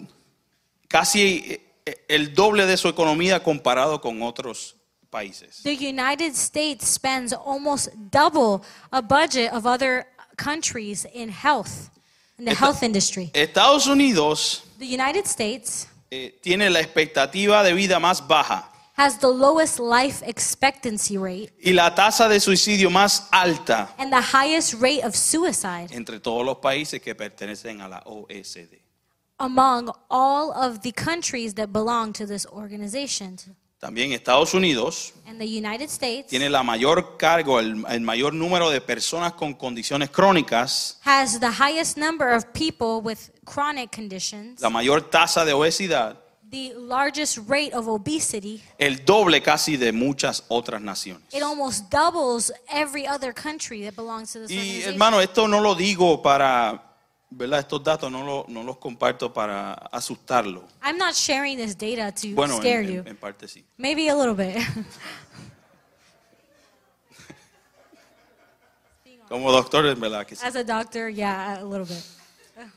S1: casi eh, el doble de su economía comparado con otros países.
S2: the United States spends almost double a budget of other countries in health, in the
S1: Esta-
S2: health industry.
S1: Estados Unidos
S2: The United States
S1: eh, tiene la expectativa de vida más baja
S2: has the lowest life expectancy rate
S1: y la tasa de suicidio más alta
S2: and the highest rate of suicide.
S1: entre todos los países que pertenecen a la OSD.
S2: among all of the countries that belong to this organization.
S1: También Estados Unidos
S2: And the United States
S1: tiene la mayor cargo, el, el mayor número de personas con condiciones crónicas,
S2: has the highest number of people with chronic conditions,
S1: la mayor tasa de obesidad,
S2: the largest rate of obesity.
S1: el doble casi de muchas otras naciones.
S2: It almost doubles every other country that belongs to this
S1: Y
S2: organization.
S1: hermano, esto no lo digo para, ¿verdad? Estos datos no, lo- no los comparto para asustarlo.
S2: I'm not sharing this data to
S1: Bueno, en-
S2: scare
S1: en-
S2: you.
S1: en parte sí.
S2: Maybe a little bit. (laughs)
S1: Como doctor, en verdad que sí.
S2: As a doctor, yeah, a little bit.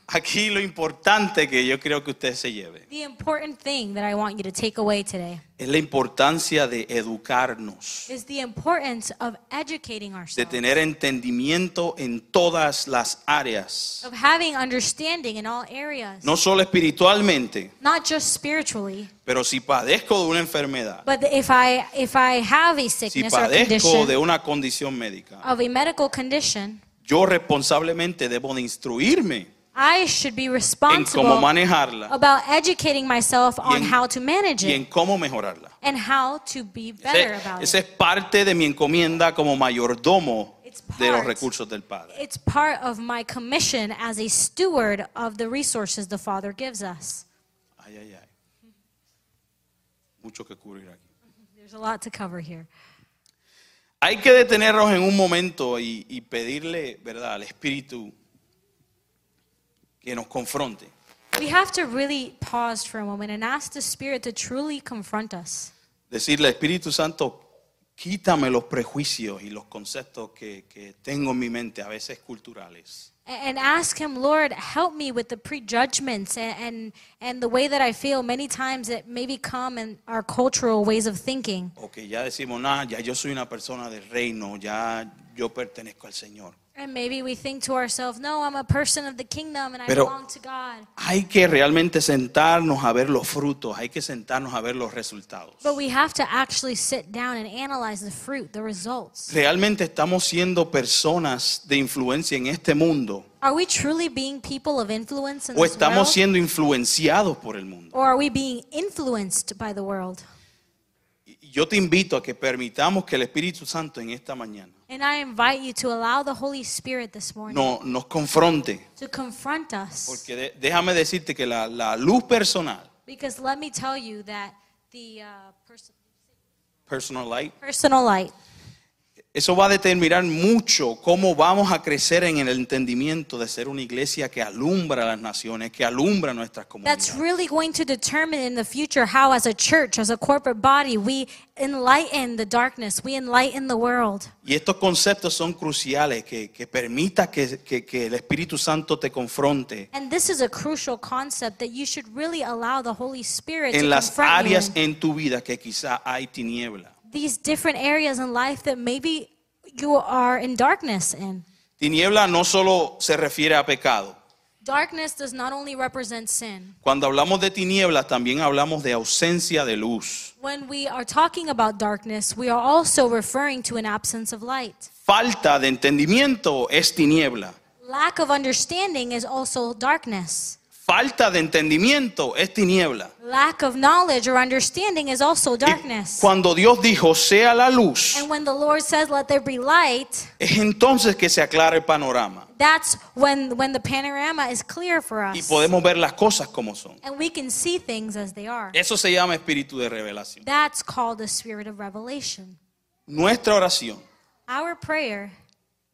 S1: Aquí lo importante que yo creo que usted se lleve
S2: The important thing that I want you to take away today
S1: es la importancia de educarnos,
S2: is the importance of educating
S1: de
S2: ourselves,
S1: tener entendimiento en todas las áreas,
S2: of having understanding in all areas,
S1: no solo espiritualmente,
S2: not just spiritually,
S1: pero si padezco de una enfermedad,
S2: but if I if I have a
S1: si
S2: sickness or
S1: padezco
S2: condition
S1: de una condición médica,
S2: of a medical condition,
S1: yo responsablemente debo de instruirme
S2: I should be
S1: en cómo
S2: responsible
S1: manejarla
S2: about educating myself on
S1: en-
S2: how to manage
S1: y en
S2: it
S1: cómo mejorarla.
S2: and how to be better
S1: Ese-
S2: about
S1: Esa
S2: it.
S1: es parte de mi encomienda como mayordomo
S2: It's
S1: de los
S2: part.
S1: recursos del Padre.
S2: It's part of my commission as a steward of the resources the Father gives us.
S1: Ay, ay, ay. Mucho que cubrir aquí.
S2: There's a lot to cover here.
S1: Hay que detenernos en un momento y, y pedirle, ¿verdad?, al Espíritu que nos confronte.
S2: We have to really pause for a moment and ask the Spirit to truly confront us.
S1: Decirle, Espíritu Santo, quítame los prejuicios y los conceptos que, que tengo en mi mente, a veces culturales.
S2: A- And ask Him, Lord, help me with the prejudgments and, and, and the way that I feel many times that maybe come in our cultural ways of thinking.
S1: O que ya decimos, nah, ya yo soy una persona del reino, ya yo pertenezco al Señor.
S2: And maybe we think to ourselves, no, I'm a person of the kingdom and I
S1: Pero-
S2: belong to God.
S1: Hay que realmente sentarnos a ver los frutos, hay que sentarnos a ver los resultados.
S2: But we have to actually sit down and analyze the fruit, the results.
S1: Realmente estamos siendo personas de influencia en este mundo
S2: Are we truly being people of influence in
S1: o
S2: this
S1: estamos
S2: world?
S1: siendo influenciados por el mundo.
S2: Or are we being influenced by the world?
S1: Y Yo te invito a que permitamos que el Espíritu Santo en esta mañana
S2: And I invite you to allow the Holy Spirit this morning
S1: no- nos confronte,
S2: to confront us.
S1: porque de- déjame decirte que la, la luz personal,
S2: Because let me tell you that the uh, pers-
S1: personal light,
S2: personal light,
S1: eso va a determinar mucho cómo vamos a crecer en el entendimiento de ser una iglesia que alumbra a las naciones, que alumbra nuestras comunidades.
S2: that's really going to determine in the future how, as a church, as a corporate body, we enlighten the darkness, we enlighten the world.
S1: Y estos conceptos son cruciales, que, que permita que, que- que el Espíritu Santo te confronte
S2: And this is a crucial concept that you should really allow the Holy Spirit to
S1: en las
S2: confront you
S1: áreas
S2: in.
S1: en tu vida que quizá hay tiniebla.
S2: These different areas in life that maybe you are in darkness in.
S1: Tiniebla no solo se refiere a pecado.
S2: Darkness does not only represent sin.
S1: Cuando hablamos de tinieblas también hablamos de ausencia de luz,
S2: When we are talking about darkness, we are also referring to an absence of light.
S1: falta de entendimiento es tiniebla,
S2: Lack of understanding is also darkness.
S1: falta de entendimiento es tiniebla.
S2: Lack of knowledge or understanding is also
S1: Y
S2: darkness.
S1: cuando Dios dijo sea la luz,
S2: And when the Lord says, Let there be light,
S1: es entonces que se aclara el panorama
S2: that's when, when the panorama is clear for
S1: y
S2: us.
S1: podemos ver las cosas como son.
S2: And we can see things as they are.
S1: Eso se llama espíritu de revelación.
S2: That's called the spirit of revelation.
S1: Nuestra oración
S2: Our prayer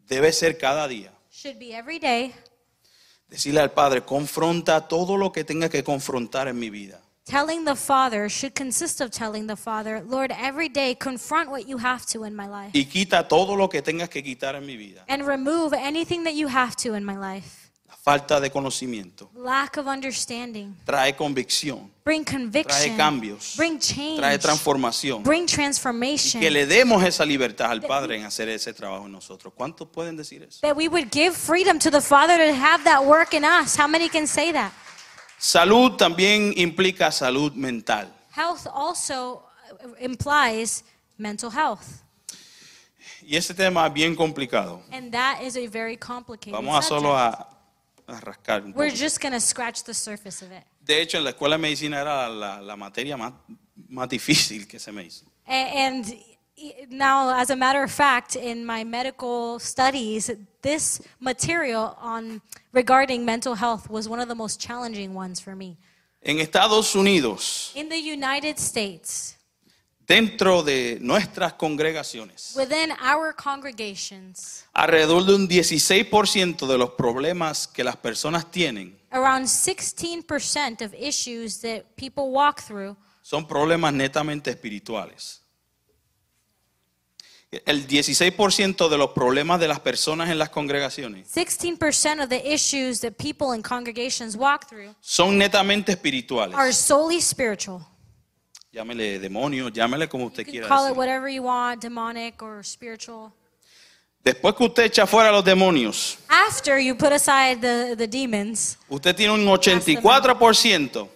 S1: debe ser cada día.
S2: should be every day
S1: Decirle al Padre, confronta todo lo que tenga que confrontar en mi vida.
S2: Telling the Father should consist of telling the Father, Lord, every day confront what you have to in my life
S1: Y quita todo lo que tengas que quitar en mi vida.
S2: and remove anything that you have to in my life.
S1: La falta de conocimiento
S2: Lack of understanding.
S1: trae convicción,
S2: Bring conviction.
S1: trae cambios,
S2: Bring change.
S1: trae transformación.
S2: Bring
S1: Y
S2: transformation.
S1: que le demos esa libertad al Padre en hacer ese trabajo en nosotros. ¿Cuántos pueden decir eso?
S2: That we would give freedom to the Father to have that work in us. How many can say that?
S1: Salud también implica salud mental.
S2: Health also uh, implies mental health.
S1: Y ese tema es bien complicado.
S2: And that is a very complicated
S1: Vamos a
S2: subject.
S1: solo a, a rascar un
S2: We're
S1: poco.
S2: just going to scratch the surface of it.
S1: De hecho, en la escuela de medicina era la, la materia más, más difícil que se me hizo.
S2: A- And now, as a matter of fact, in my medical studies, this material on regarding mental health was one of the most challenging ones for me.
S1: En Estados Unidos,
S2: In the United States,
S1: dentro de nuestras congregaciones,
S2: within our congregations,
S1: alrededor de un 16% de los problemas que las personas tienen
S2: around 16% of issues that people walk through
S1: son problemas netamente espirituales. El 16% de los problemas de las personas en las congregaciones
S2: 16% of the issues that people in congregations walk through
S1: son netamente
S2: are
S1: espirituales.
S2: solely spiritual.
S1: Llámele demonio, llámele como usted
S2: You can
S1: quiera.
S2: call it
S1: decir.
S2: whatever you want, demonic or spiritual.
S1: Después que usted echa fuera a los demonios,
S2: After you put aside the, the demons,
S1: usted tiene un 84%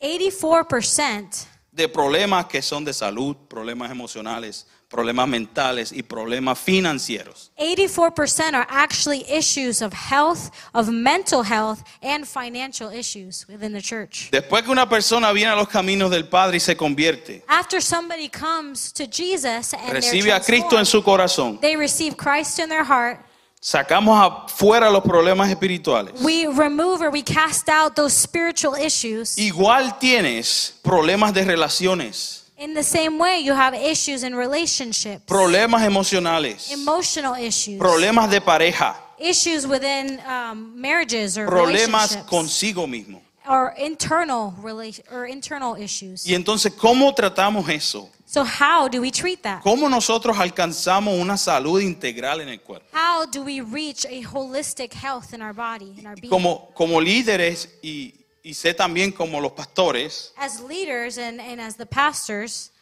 S2: 84%
S1: de problemas que son de salud, problemas emocionales, problemas mentales y problemas financieros.
S2: 84% are actually issues of health, of mental health, and financial issues within the church.
S1: Después que una persona viene a los caminos del Padre y se convierte,
S2: After somebody comes to Jesus and they're
S1: recibe a Cristo en
S2: transformed,
S1: su corazón,
S2: they receive Christ in their heart,
S1: sacamos afuera los problemas espirituales.
S2: we remove or we cast out those spiritual issues.
S1: Igual tienes problemas de relaciones,
S2: In the same way, you have issues in relationships,
S1: problemas emocionales,
S2: Em- emotional issues,
S1: problemas de pareja,
S2: issues within um, marriages or
S1: problemas
S2: relationships,
S1: consigo mismo.
S2: or internal rela- or internal issues.
S1: Y entonces, ¿cómo tratamos eso?
S2: So how do we treat that?
S1: ¿Cómo nosotros alcanzamos una salud integral en el cuerpo?
S2: How do we reach a holistic health in our body, in our
S1: Y
S2: being?
S1: Como, como líderes y, y sé también como los pastores,
S2: As leaders and, and as the pastors,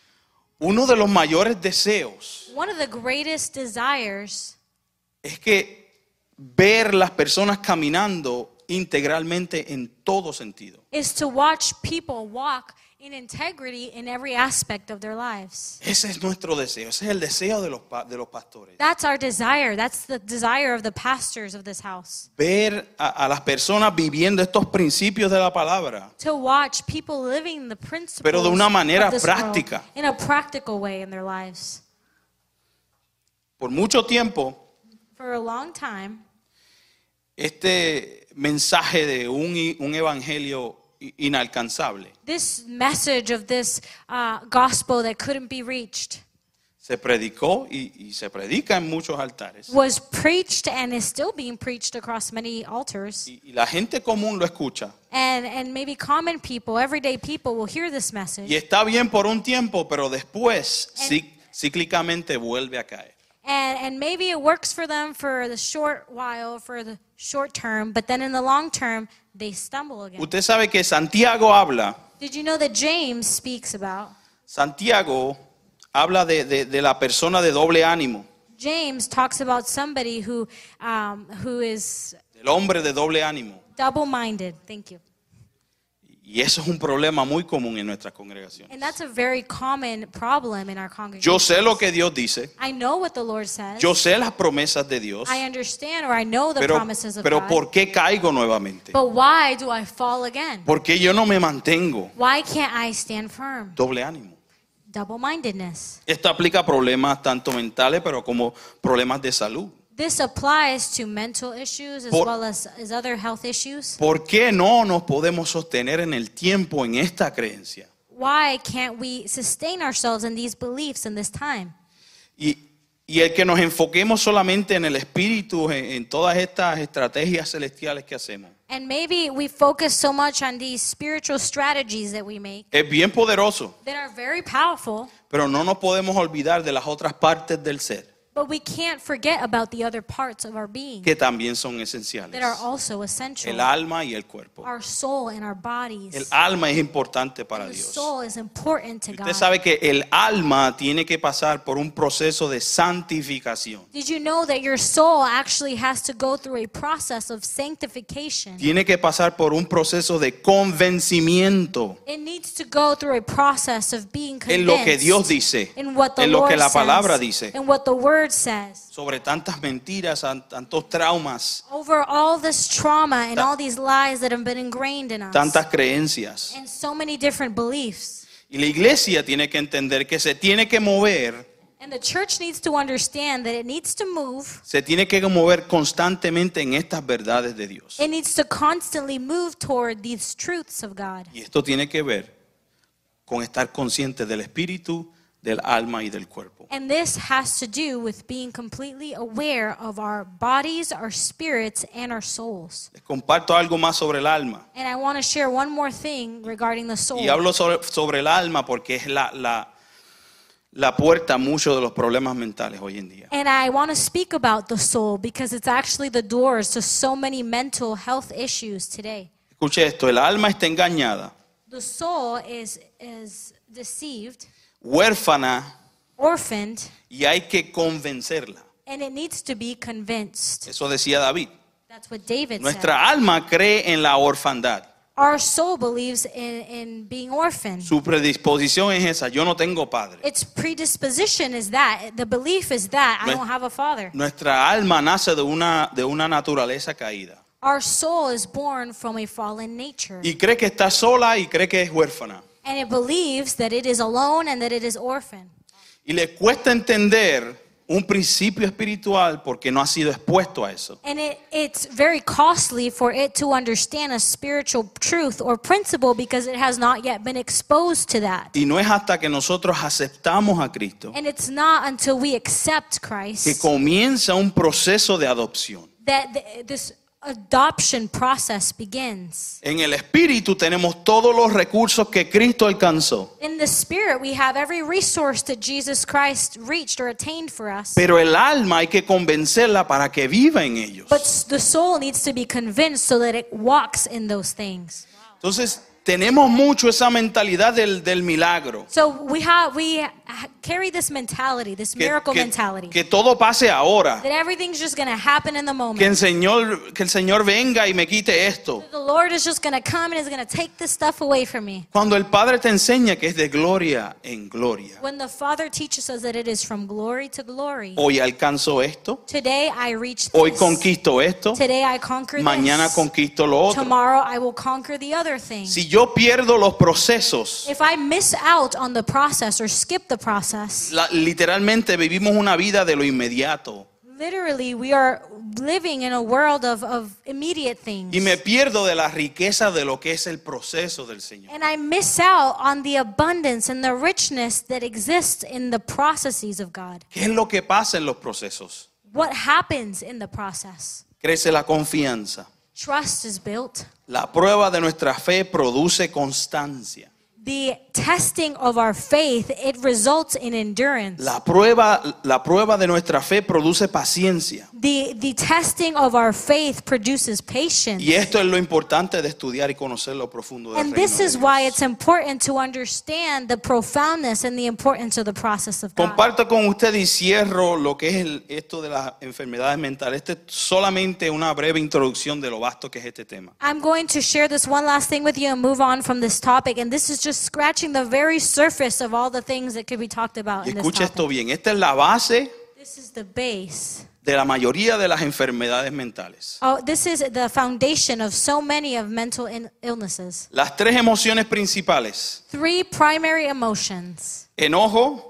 S1: uno de los mayores deseos
S2: one of the greatest desires
S1: es que ver las personas caminando integralmente en todo sentido.
S2: is to watch people walk in integrity in every aspect of their lives.
S1: Ese es nuestro deseo, ese es el deseo de los, pa- de los pastores.
S2: That's our desire. That's the desire of the pastors of this house.
S1: Ver a, a las personas viviendo estos principios de la palabra.
S2: To watch people living the principles
S1: Pero de una manera
S2: of this world
S1: práctica.
S2: in a practical way in their lives.
S1: Por mucho tiempo,
S2: For a long time,
S1: este mensaje de un, i- un evangelio i- inalcanzable
S2: this message of this uh, gospel that couldn't be reached
S1: se predicó y, y se predica en muchos altares.
S2: was preached and is still being preached across many altars.
S1: Y, y la gente común lo escucha.
S2: And, and maybe common people, everyday people, will hear this message.
S1: Y está bien por un tiempo, pero después cí- cíclicamente vuelve a caer.
S2: And, and maybe it works for them for the short while, for the short term, but then in the long term, they stumble again.
S1: Usted sabe que Santiago habla,
S2: Did you know that James speaks about?
S1: Santiago habla de, de- de la persona de doble ánimo,
S2: James talks about somebody who, um, who is
S1: del hombre de doble ánimo.
S2: double minded. Thank you.
S1: Y eso es un problema muy común en nuestras congregaciones.
S2: And that's a very common problem in our
S1: Yo
S2: congregation.
S1: sé lo que Dios dice,
S2: I know what the Lord says.
S1: yo sé las promesas de Dios,
S2: I understand or I know the
S1: pero,
S2: promises of
S1: pero
S2: God.
S1: ¿por qué caigo nuevamente?
S2: But why do I fall again?
S1: ¿Por qué yo no me mantengo?
S2: Why can't I stand firm?
S1: Doble ánimo.
S2: Double mindedness.
S1: Esto aplica a problemas tanto mentales, pero como problemas de salud.
S2: This applies to mental issues as
S1: Por-
S2: well as, as other health issues.
S1: ¿Por qué no nos podemos sostener en el tiempo en esta creencia?
S2: Why can't we sustain ourselves in these beliefs in this time?
S1: Y, y el que nos enfoquemos solamente en el espíritu, en, en todas estas estrategias celestiales que hacemos,
S2: And maybe we focus so much on these spiritual strategies that we make
S1: es bien poderoso,
S2: that are very powerful,
S1: pero no nos podemos olvidar de las otras partes del ser
S2: but we can't forget about the other parts of our being
S1: que también son
S2: that
S1: esenciales.
S2: are also
S1: El
S2: essential.
S1: alma y el cuerpo.
S2: Our soul and our
S1: El
S2: bodies.
S1: alma es importante para
S2: The
S1: Dios.
S2: soul is important to
S1: Usted
S2: God.
S1: sabe que el alma tiene que pasar por un proceso de santificación.
S2: Did you know that your soul actually has to go through a process of sanctification?
S1: Tiene que pasar por un proceso de convencimiento.
S2: It needs to go through a process of being convinced
S1: en lo que Dios dice,
S2: in what the
S1: en lo
S2: Lord
S1: que la palabra
S2: says,
S1: dice,
S2: in what the Word says.
S1: sobre tantas mentiras, an- tantos traumas,
S2: Over all this trauma and
S1: Ta-
S2: all these lies that have been ingrained in us,
S1: tantas creencias.
S2: and so many different beliefs.
S1: Y la iglesia tiene que entender que se tiene que mover,
S2: And the church needs to understand that it needs to move.
S1: se tiene que mover constantemente en estas verdades de Dios.
S2: It needs to constantly move toward these truths of God.
S1: Y esto tiene que ver con estar consciente del espíritu, del alma y del cuerpo.
S2: And this has to do with being completely aware of our bodies, our spirits, and our souls.
S1: Les comparto algo más sobre el alma.
S2: And I want to share one more thing regarding the soul.
S1: Y hablo sobre, sobre el alma porque es la, la, la puerta a muchos de los problemas mentales hoy en día.
S2: And I want to speak about the soul because it's actually the doors to so many mental health issues today.
S1: Escuche esto, el alma está engañada,
S2: The soul is is deceived,
S1: huérfana,
S2: orphaned,
S1: y hay que convencerla.
S2: and it needs to be convinced.
S1: Eso decía David.
S2: That's what David said.
S1: Nuestra alma cree en la orfandad.
S2: Our soul believes in, in being orphaned.
S1: Su predisposición es esa, yo no tengo padre.
S2: Its predisposition is that the belief is that I
S1: Nues-
S2: don't have a father.
S1: Nuestra alma nace de una, de una naturaleza caída
S2: Our soul is born from a fallen nature,
S1: y cree que está sola y cree que es huérfana.
S2: and it believes that it is alone and that it is orphaned.
S1: Y le cuesta entender un principio espiritual porque no ha sido expuesto a eso.
S2: And it, it's very costly for it to understand a spiritual truth or principle because it has not yet been exposed to that.
S1: Y no es hasta que nosotros aceptamos a Cristo
S2: And it's not until we accept
S1: que
S2: Christ
S1: comienza un proceso de adopción.
S2: that th- this adoption process begins.
S1: En el espíritu tenemos todos los recursos que Cristo alcanzó,
S2: In the spirit, we have every resource that Jesus Christ reached or attained for us.
S1: pero el alma hay que convencerla para que viva en ellos.
S2: But s- the soul needs to be convinced so that it walks in those things.
S1: Entonces, tenemos mucho esa mentalidad del, del milagro.
S2: So we have we ha- carry this mentality, this
S1: Que,
S2: miracle
S1: que-
S2: mentality.
S1: que todo pase ahora.
S2: that everything's just going to happen in the
S1: Que el,
S2: moment.
S1: Señor, que el Señor venga y me quite esto.
S2: The Lord is just going to come and is going to take this stuff away from me.
S1: Cuando el Padre te enseña que es de gloria en gloria.
S2: When the Father teaches us that it is from glory to glory.
S1: Hoy alcanzo esto.
S2: Today I reach
S1: Hoy
S2: this.
S1: conquisto esto.
S2: Today I conquer
S1: Mañana
S2: this.
S1: conquisto lo otro.
S2: Tomorrow I will conquer the other thing.
S1: Si yo pierdo los procesos,
S2: If I miss out on the process or skip the process,
S1: la- literalmente vivimos una vida de lo inmediato.
S2: literally we are living in a world of, of immediate things.
S1: Y me pierdo de la riqueza de lo que es el proceso del Señor.
S2: And I miss out on the abundance and the richness that exists in the processes of God.
S1: ¿Qué es lo que pasa en los procesos?
S2: What happens in the process?
S1: Crece la confianza.
S2: Trust is built.
S1: La prueba de nuestra fe produce constancia.
S2: The testing of our faith, it results in endurance.
S1: La prueba, la prueba de nuestra fe produce paciencia.
S2: The, the testing of our faith produces patience.
S1: Y esto es lo importante de estudiar y conocer lo profundo del
S2: And
S1: reino
S2: this
S1: de
S2: is
S1: Dios.
S2: why it's important to understand the profoundness and the importance of the process of God.
S1: Comparto con usted y cierro lo que es el- esto de las enfermedades mentales. Este es solamente una breve introducción de lo vasto que es este tema.
S2: I'm going to share this one last thing with you and move on from this topic. And this is just scratching the very surface of all the things that could be talked about
S1: Y
S2: in this
S1: escucha esto
S2: topic.
S1: bien, esta es la base
S2: This is the base.
S1: de la mayoría de las enfermedades mentales.
S2: Oh, this is the foundation of so many of mental in- illnesses.
S1: Las tres emociones principales,
S2: Three primary emotions:
S1: enojo,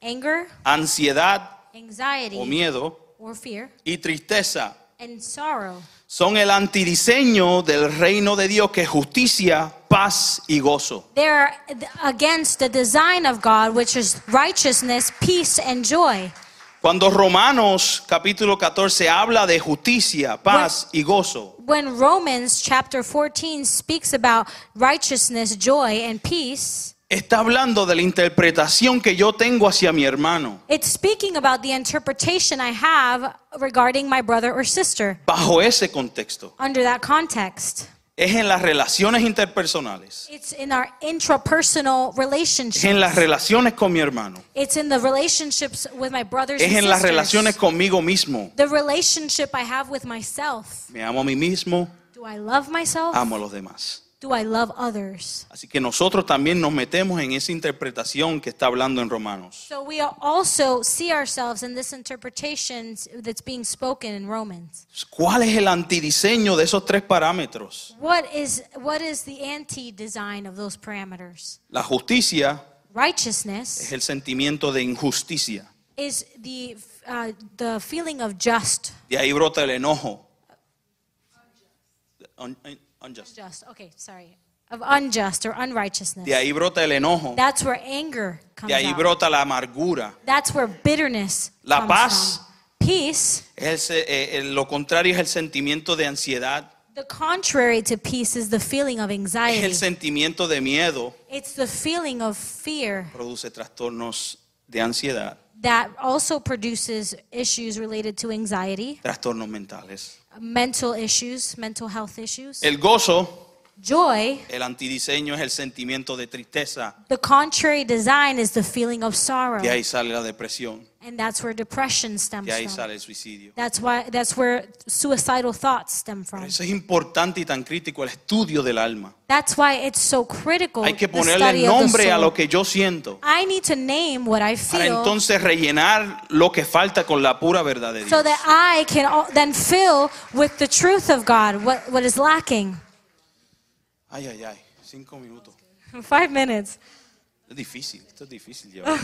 S2: anger,
S1: ansiedad o
S2: anxiety,
S1: miedo
S2: or fear,
S1: y tristeza,
S2: and sorrow.
S1: son el antidiseño del reino de Dios que es justicia, paz y gozo.
S2: They're against the design of God, which is righteousness, peace, and joy.
S1: Cuando Romanos capítulo 14 habla de justicia, paz y gozo,
S2: When Romans chapter 14 speaks about righteousness, joy, and peace,
S1: está hablando de la interpretación que yo tengo hacia mi hermano.
S2: it's speaking about the interpretation I have regarding my brother or sister
S1: Bajo ese contexto,
S2: under that context.
S1: es en las relaciones interpersonales,
S2: It's in our intrapersonal
S1: es en las
S2: relationships.
S1: relaciones con mi hermano,
S2: It's in the relationships with my brothers
S1: es
S2: and
S1: en las
S2: sisters.
S1: relaciones conmigo mismo.
S2: The relationship I have with myself.
S1: Me amo a mí mismo,
S2: Do I love myself?
S1: amo a los demás.
S2: Do I love others?
S1: Así que nosotros también nos metemos en esa interpretación que está hablando en Romanos.
S2: So we also see ourselves in this interpretation that's being spoken in Romans.
S1: ¿Cuál es el antidiseño de esos tres parámetros?
S2: What is what is the anti-design of those parameters?
S1: La justicia es
S2: Righteousness
S1: el sentimiento de injusticia.
S2: is the uh, the feeling of just.
S1: De ahí brota el enojo. Un- un- unjust.
S2: Just. Okay, sorry. Of unjust or unrighteousness.
S1: De ahí brota el enojo.
S2: That's where anger comes
S1: De ahí
S2: out.
S1: brota la amargura.
S2: That's where bitterness
S1: La
S2: comes
S1: paz.
S2: from. Peace.
S1: Es el se- eh, eh, lo contrario es el sentimiento de ansiedad.
S2: The contrary to peace is the feeling of
S1: Es el
S2: anxiety.
S1: sentimiento de miedo.
S2: It's the feeling of fear
S1: Produce trastornos de ansiedad,
S2: that also produces issues related to anxiety,
S1: trastornos mentales.
S2: mental issues, mental health issues.
S1: El gozo,
S2: Joy,
S1: el antidiseño es el sentimiento de tristeza.
S2: the contrary design is the feeling of sorrow,
S1: De ahí sale la depresión.
S2: and that's where depression stems
S1: De ahí
S2: from.
S1: sale el suicidio.
S2: That's why that's where suicidal thoughts stem
S1: Por
S2: from.
S1: eso es importante y tan crítico el estudio del alma.
S2: That's why it's so critical
S1: Hay que
S2: the study
S1: ponerle
S2: of the
S1: nombre a
S2: soul.
S1: lo que yo siento.
S2: I need to name what
S1: Para
S2: I feel
S1: entonces rellenar lo que falta con la pura verdad de
S2: so
S1: Dios.
S2: that I can al- then fill with the truth of God what, what is lacking.
S1: Ay, ay, ay. Cinco minutos.
S2: (laughs) Five minutes.
S1: Es difícil. Esto es difícil
S2: (laughs)
S1: llevar.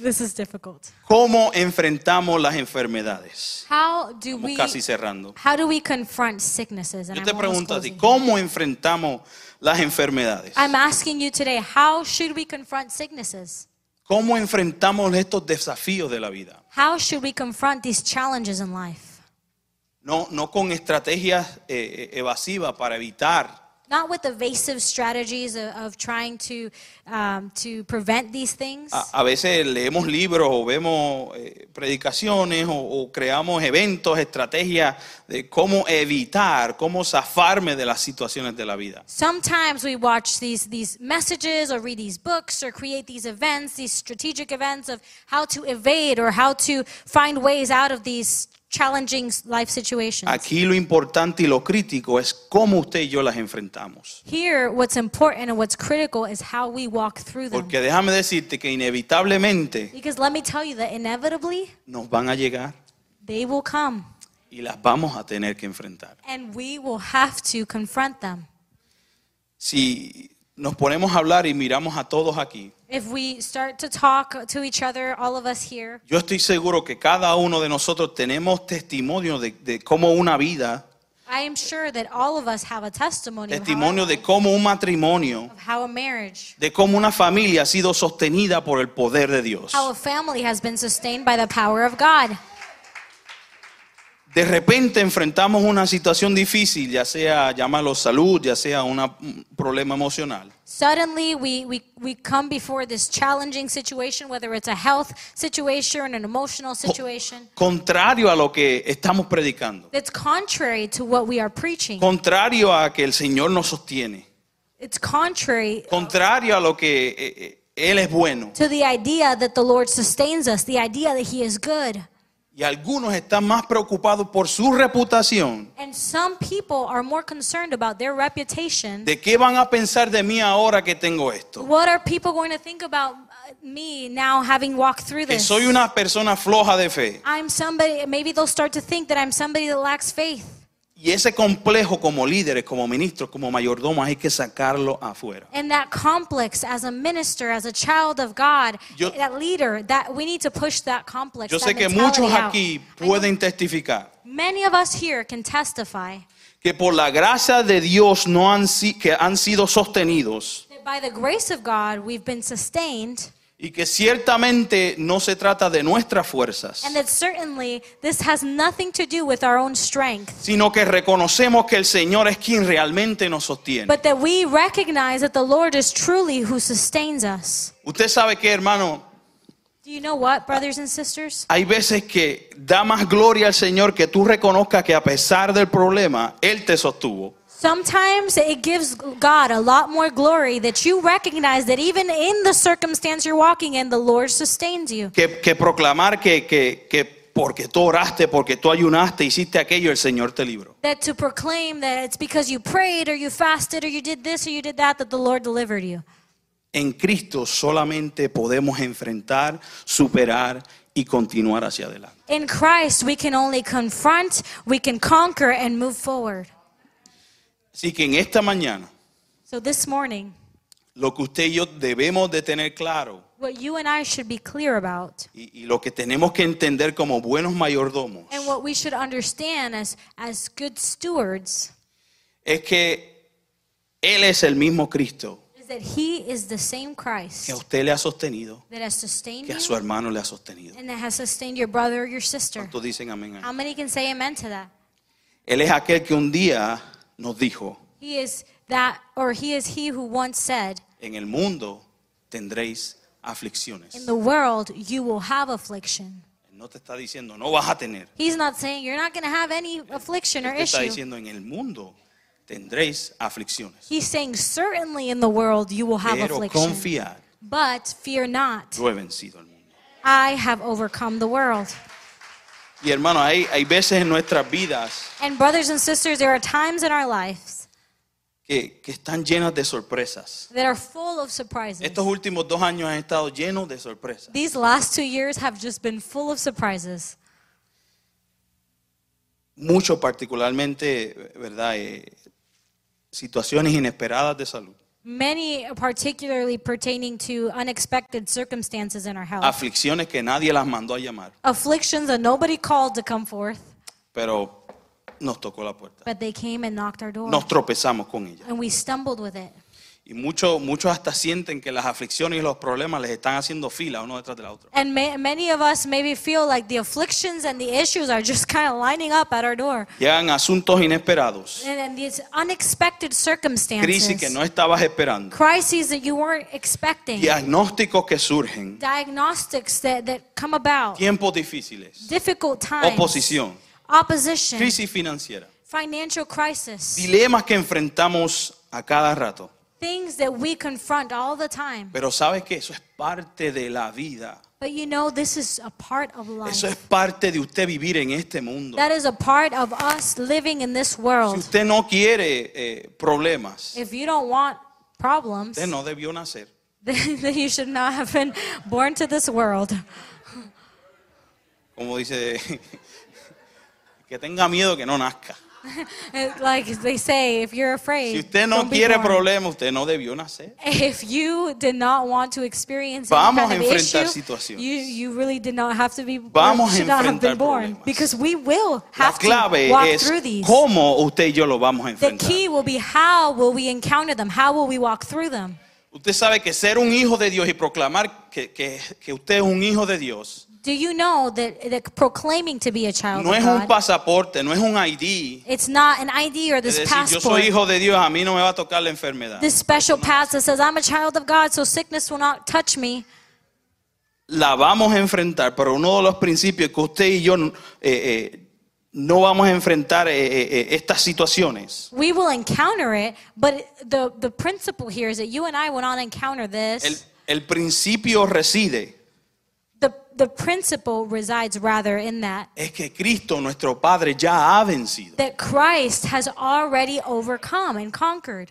S2: This is difficult.
S1: ¿Cómo enfrentamos las enfermedades?
S2: How do
S1: Estamos
S2: we
S1: casi cerrando.
S2: how do we confront sicknesses? And
S1: Yo
S2: I'm,
S1: te
S2: almost
S1: pregunto a ti,
S2: closing.
S1: ¿cómo enfrentamos las enfermedades?
S2: I'm asking you today, how should we confront sicknesses?
S1: ¿Cómo enfrentamos estos desafíos de la vida?
S2: How should we confront these challenges in life?
S1: No, no con estrategias eh, eh, evasivas para evitar,
S2: Not with evasive strategies of, of trying to um, to prevent these things.
S1: A, a veces leemos libros o vemos eh, predicaciones o, o creamos eventos, estrategias de cómo evitar, cómo zafarme de las situaciones de la vida.
S2: Sometimes we watch these, these messages or read these books or create these events, these strategic events of how to evade or how to find ways out of these challenging life situations.
S1: Aquí lo importante y lo crítico es cómo usted y yo las enfrentamos.
S2: Here, what's important and what's critical is how we walk through them.
S1: Porque déjame decirte que inevitablemente
S2: Because let me tell you that inevitably
S1: nos van a llegar
S2: they will come
S1: y las vamos a tener que enfrentar.
S2: and we will have to confront them.
S1: Si nos ponemos a hablar y miramos a todos aquí,
S2: If we start to talk to each other, all of us here,
S1: yo estoy seguro que cada uno de nosotros tenemos testimonio de, de cómo una vida,
S2: I am sure that all of us have a testimony of how,
S1: testimonio de cómo un matrimonio,
S2: of how a marriage
S1: de cómo una familia ha sido sostenida por el poder de Dios.
S2: how a family has been sustained by the power of God.
S1: De repente enfrentamos una situación difícil, ya sea llamarlo salud, ya sea una- un problema emocional.
S2: Suddenly, we, we, we come before this challenging situation, whether it's a health situation or an emotional situation,
S1: Contrario a lo que estamos predicando,
S2: that's contrary to what we are preaching.
S1: contrario a que el Señor nos sostiene.
S2: It's contrary
S1: contrario a lo que eh, eh, Él es bueno.
S2: to the idea that the Lord sustains us, the idea that He is good.
S1: Y algunos están más preocupados por su reputación,
S2: And some people are more concerned about their reputation.
S1: de qué van a pensar de mí ahora que tengo esto.
S2: What are people going to think about uh, me now having walked through
S1: Que
S2: this?
S1: soy una persona floja de fe.
S2: I'm somebody, maybe they'll start to think that I'm somebody that lacks faith.
S1: Y ese complejo como líderes, como ministros, como mayordomos, hay que sacarlo afuera.
S2: And that complex as a minister, as a child of God,
S1: Yo-
S2: that leader, that we need to push that complex.
S1: Yo
S2: that
S1: sé que
S2: mentality
S1: muchos
S2: out.
S1: aquí
S2: I know
S1: pueden testificar
S2: Many of us here can testify
S1: que por la gracia de Dios no han, si- que han sido sostenidos
S2: that by the grace of God we've been sustained,
S1: y que ciertamente no se trata de nuestras fuerzas.
S2: and that certainly this has nothing to do with our own strength,
S1: sino que reconocemos que el Señor es quien realmente nos sostiene.
S2: but that we recognize that the Lord is truly who sustains us.
S1: Usted sabe que, hermano,
S2: Do you know what, brothers and sisters?
S1: hay veces que da más gloria al Señor que tú reconozcas que a pesar del problema, Él te sostuvo.
S2: Sometimes it gives God a lot more glory that you recognize that even in the circumstance you're walking in, the Lord sustains you.
S1: Que, que proclamar que, que, que porque tú oraste, porque tú ayunaste, hiciste aquello, el Señor te libró.
S2: That to proclaim that it's because you prayed or you fasted or you did this or you did that that the Lord delivered you.
S1: En Cristo solamente podemos enfrentar, superar y continuar hacia adelante.
S2: In Christ, we can only confront, we can conquer, and move forward.
S1: Así que en esta mañana,
S2: So this morning,
S1: lo que usted y yo debemos de tener claro
S2: what you and I should be clear about,
S1: y, y lo que tenemos que entender como buenos mayordomos
S2: and what we should understand as, as good stewards,
S1: es que Él es el mismo Cristo
S2: is that He is the same
S1: que a
S2: Christ
S1: usted le ha sostenido,
S2: that has sustained
S1: que a su
S2: you
S1: hermano le ha sostenido.
S2: and that has sustained your brother or your sister.
S1: ¿Cuántos dicen amén? ahí?
S2: How many can say amen to that?
S1: Él es aquel que un día nos dijo,
S2: He is that, or He is He who once said,
S1: en el mundo tendréis aflicciones.
S2: In the world, you will have affliction.
S1: Él no te está diciendo, no vas a tener.
S2: He's not saying you're not going to have any affliction or
S1: Él te está
S2: issue.
S1: diciendo, en el mundo tendréis aflicciones.
S2: He's saying, Certainly in the world you will have
S1: Pero
S2: affliction,
S1: confiar,
S2: but fear not.
S1: yo he vencido al mundo.
S2: I have overcome the world.
S1: Y hermano, hay, hay veces en nuestras vidas
S2: And, brothers and sisters, there are times in our lives
S1: que, que están llenas de sorpresas.
S2: that are full of surprises.
S1: Estos últimos dos años han estado llenos de sorpresas.
S2: These last two years have just been full of surprises.
S1: Mucho particularmente, ¿verdad? Eh, situaciones inesperadas de salud,
S2: Many, particularly pertaining to unexpected circumstances in our health,
S1: aflicciones que nadie las mandó a llamar,
S2: afflictions that nobody called to come forth,
S1: pero nos tocó la puerta.
S2: but they came and knocked our door,
S1: Nos tropezamos con ellas.
S2: and we stumbled with it.
S1: Y muchos muchos hasta sienten que las aflicciones y los problemas les están haciendo fila uno detrás de la otra.
S2: And ma- many of us maybe feel like the afflictions and the issues are just kind of lining up at our door.
S1: Llegan asuntos inesperados,
S2: And, and these unexpected circumstances,
S1: crisis que no estabas esperando,
S2: crises that you weren't expecting,
S1: diagnósticos que surgen,
S2: diagnostics that, that come about,
S1: tiempos difíciles,
S2: difficult times,
S1: oposición,
S2: opposition,
S1: crisis financiera,
S2: financial crisis,
S1: dilemas que enfrentamos a cada rato.
S2: things that we confront all the time.
S1: Pero sabes que eso es parte de la vida.
S2: But you know, this is a part of life.
S1: Eso es parte de usted vivir en este mundo.
S2: that is a part of us living in this
S1: Si
S2: world.
S1: usted no quiere eh, problemas,
S2: If you don't want problems,
S1: usted no debió nacer.
S2: (laughs) then then you should not have been born to this world.
S1: Como dice, (laughs) que tenga miedo que no nazca.
S2: It- like they say, if you're afraid,
S1: Si usted no
S2: don't be
S1: quiere
S2: born.
S1: problemas, usted no debió nacer.
S2: If you did not want to experience
S1: Vamos
S2: any
S1: a
S2: kind of
S1: enfrentar
S2: issue,
S1: situaciones.
S2: you, you really did not have to be
S1: Vamos a
S2: should not have
S1: enfrentar
S2: been born
S1: problemas.
S2: because we will
S1: La
S2: have to
S1: clave
S2: walk
S1: es
S2: through these.
S1: cómo usted y yo lo vamos a
S2: The
S1: enfrentar.
S2: key will be how will we encounter them? How will we walk through them?
S1: Usted sabe que ser un hijo de Dios y proclamar que, que- que usted es un hijo de Dios
S2: Do you know that, that proclaiming to be a child
S1: no
S2: of
S1: es un
S2: Oh God,
S1: pasaporte, no es un ID.
S2: it's not an ID or
S1: Es
S2: this
S1: decir, yo
S2: passport,
S1: soy hijo de Dios, a mí no me va a tocar la enfermedad.
S2: this special pass that says I'm a child of God, so sickness will not touch me.
S1: La vamos a enfrentar, pero uno de los principios que usted y yo eh, eh, no vamos a enfrentar eh, eh, eh, estas situaciones.
S2: We will encounter it, but the, the principle here is that you and I will not encounter
S1: El,
S2: this.
S1: el principio reside,
S2: The, the principle resides rather in that,
S1: es que Cristo, nuestro Padre, ya ha vencido.
S2: that Christ has already overcome and conquered.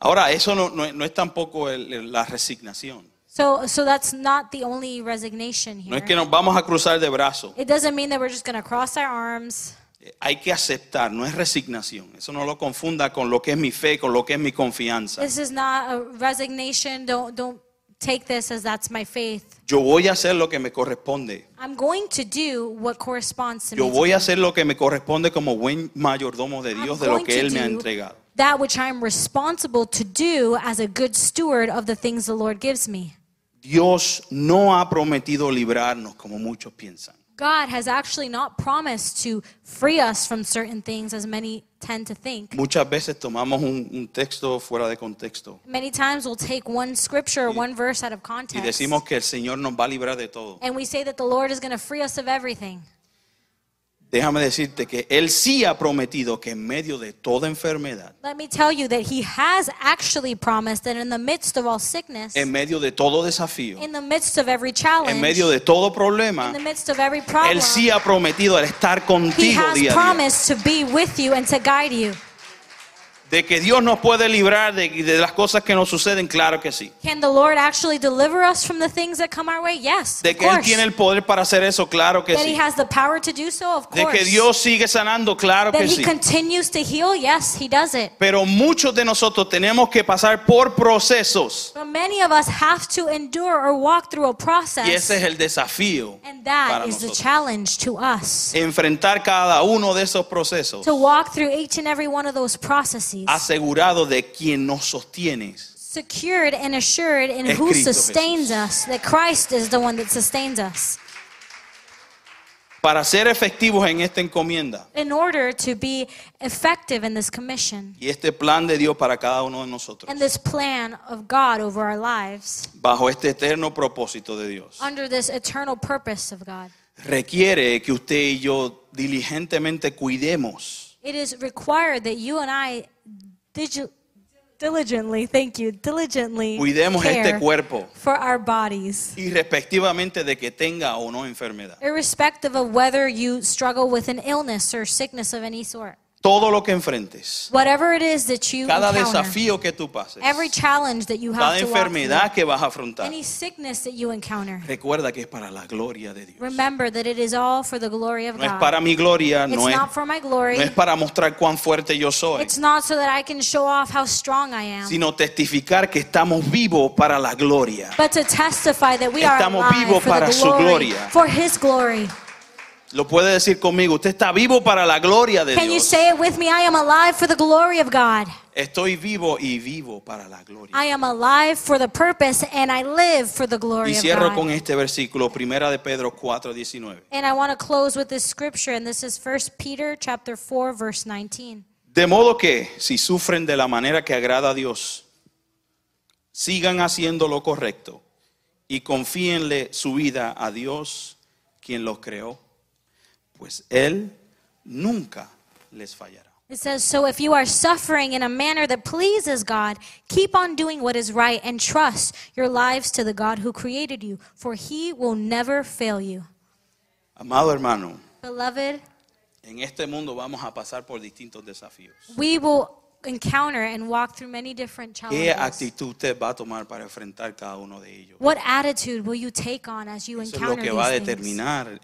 S1: Ahora, eso no, no- no es tampoco el- el- la resignación.
S2: So, so that's not the only resignation
S1: No
S2: here.
S1: es que nos vamos a cruzar de brazos.
S2: It doesn't mean that we're just going to cross our arms.
S1: Eh, Hay que aceptar, no es resignación. Eso no lo confunda con lo que es mi fe, con lo que es mi confianza.
S2: This is not a resignation. Don't, don't take this as that's my faith.
S1: Yo voy a hacer lo que me corresponde.
S2: I'm going to do what corresponds to
S1: Yo
S2: me.
S1: voy a hacer lo que me corresponde como buen mayordomo de
S2: I'm
S1: Dios Ah, de lo
S2: going
S1: que
S2: to
S1: Él me ha
S2: do
S1: entregado.
S2: That which I am responsible to do as a good steward of the things the Lord gives me.
S1: Dios no ha prometido librarnos como muchos piensan.
S2: God has actually not promised to free us from certain things as many tend to think.
S1: Muchas veces tomamos un, un texto fuera de contexto
S2: Many times we'll take one scripture or one verse out of
S1: y
S2: context
S1: decimos que el Señor nos va a librar de todo.
S2: and we say that the Lord is going to free us of everything.
S1: déjame decirte que Él sí ha prometido que en medio de toda enfermedad,
S2: Let me tell you that He has actually promised that in the midst of all sickness,
S1: en medio de todo desafío,
S2: in the midst of every challenge,
S1: en medio de todo
S2: in
S1: problema,
S2: the midst of every problem,
S1: Él sí ha prometido el estar
S2: He
S1: contigo
S2: has
S1: día a día.
S2: promised to be with you and to guide you.
S1: De que Dios nos puede librar de, de las cosas que nos suceden, claro que sí.
S2: Can the Lord actually deliver us from the things that come our way? Yes,
S1: De
S2: of
S1: que Él
S2: course.
S1: tiene el poder para hacer eso, claro que
S2: that He
S1: sí.
S2: has the power to do so, of
S1: De
S2: course.
S1: que Dios sigue sanando, claro
S2: that
S1: que
S2: He
S1: sí.
S2: continues to heal, yes, He does it.
S1: Pero muchos de nosotros tenemos que pasar por procesos.
S2: But many of us have to endure or walk through a process,
S1: Y ese es el desafío
S2: and
S1: para
S2: that is the
S1: nosotros.
S2: challenge to us.
S1: Enfrentar cada uno de esos procesos
S2: To walk through each and every one of those processes,
S1: asegurado de quien nos sostiene.
S2: secured and assured in
S1: Es
S2: who
S1: Cristo
S2: sustains
S1: Jesús.
S2: us, that Christ is the one that sustains us.
S1: Para ser efectivos en esta encomienda
S2: In order to be effective in this commission
S1: y este plan de Dios para cada uno de nosotros,
S2: and this plan of God over our lives,
S1: bajo este eterno propósito de Dios,
S2: under this eternal purpose of God.
S1: requiere que usted y yo diligentemente cuidemos
S2: It is required that you and I digi- diligently, thank you, diligently
S1: Cuidemos este
S2: care
S1: cuerpo.
S2: for our bodies,
S1: y respectivamente de que tenga o no enfermedad.
S2: irrespective of whether you struggle with an illness or sickness of any sort.
S1: Todo lo que enfrentes,
S2: Whatever it is that you
S1: cada
S2: encounter,
S1: desafío que tú pases,
S2: every challenge that you
S1: cada
S2: have to walk through,
S1: enfermedad que vas a afrontar,
S2: any sickness that you encounter,
S1: recuerda que es para la gloria de Dios.
S2: remember that it is all for the glory of
S1: No es
S2: God.
S1: para mi gloria,
S2: it's
S1: no es,
S2: not for my glory.
S1: no es para mostrar cuán fuerte yo soy,
S2: it's not so that I can show off how strong I am,
S1: sino testificar que estamos vivos para la gloria.
S2: but to testify that we are
S1: Estamos
S2: alive
S1: vivos
S2: for
S1: para
S2: the
S1: su
S2: glory,
S1: gloria.
S2: for His glory.
S1: Lo puede decir conmigo, usted está vivo para la gloria de
S2: Can you
S1: Dios.
S2: say it with me? I am alive for the glory of God.
S1: Estoy vivo y vivo para la gloria.
S2: I am alive for the purpose and I live for the glory
S1: Y
S2: of
S1: cierro
S2: God.
S1: con este versículo, primera de Pedro 4:19.
S2: and I want to close with this scripture and this is 1 Peter chapter 4 verse 19.
S1: De modo que, si sufren de la manera que agrada a Dios, sigan haciendo lo correcto y confíenle su vida a Dios, quien los creó, pues Él nunca les fallará.
S2: It says, "So if you are suffering in a manner that pleases God, keep on doing what is right and trust your lives to the God who created you, for he will never fail you."
S1: Amado hermano,
S2: Beloved,
S1: en este mundo vamos a pasar por distintos desafíos.
S2: we will encounter and walk through many different
S1: ¿Qué
S2: challenges.
S1: actitud usted va a tomar para enfrentar cada uno de ellos?
S2: What attitude will you take on as you
S1: Eso es lo
S2: encounter
S1: que va a
S2: these things?
S1: determinar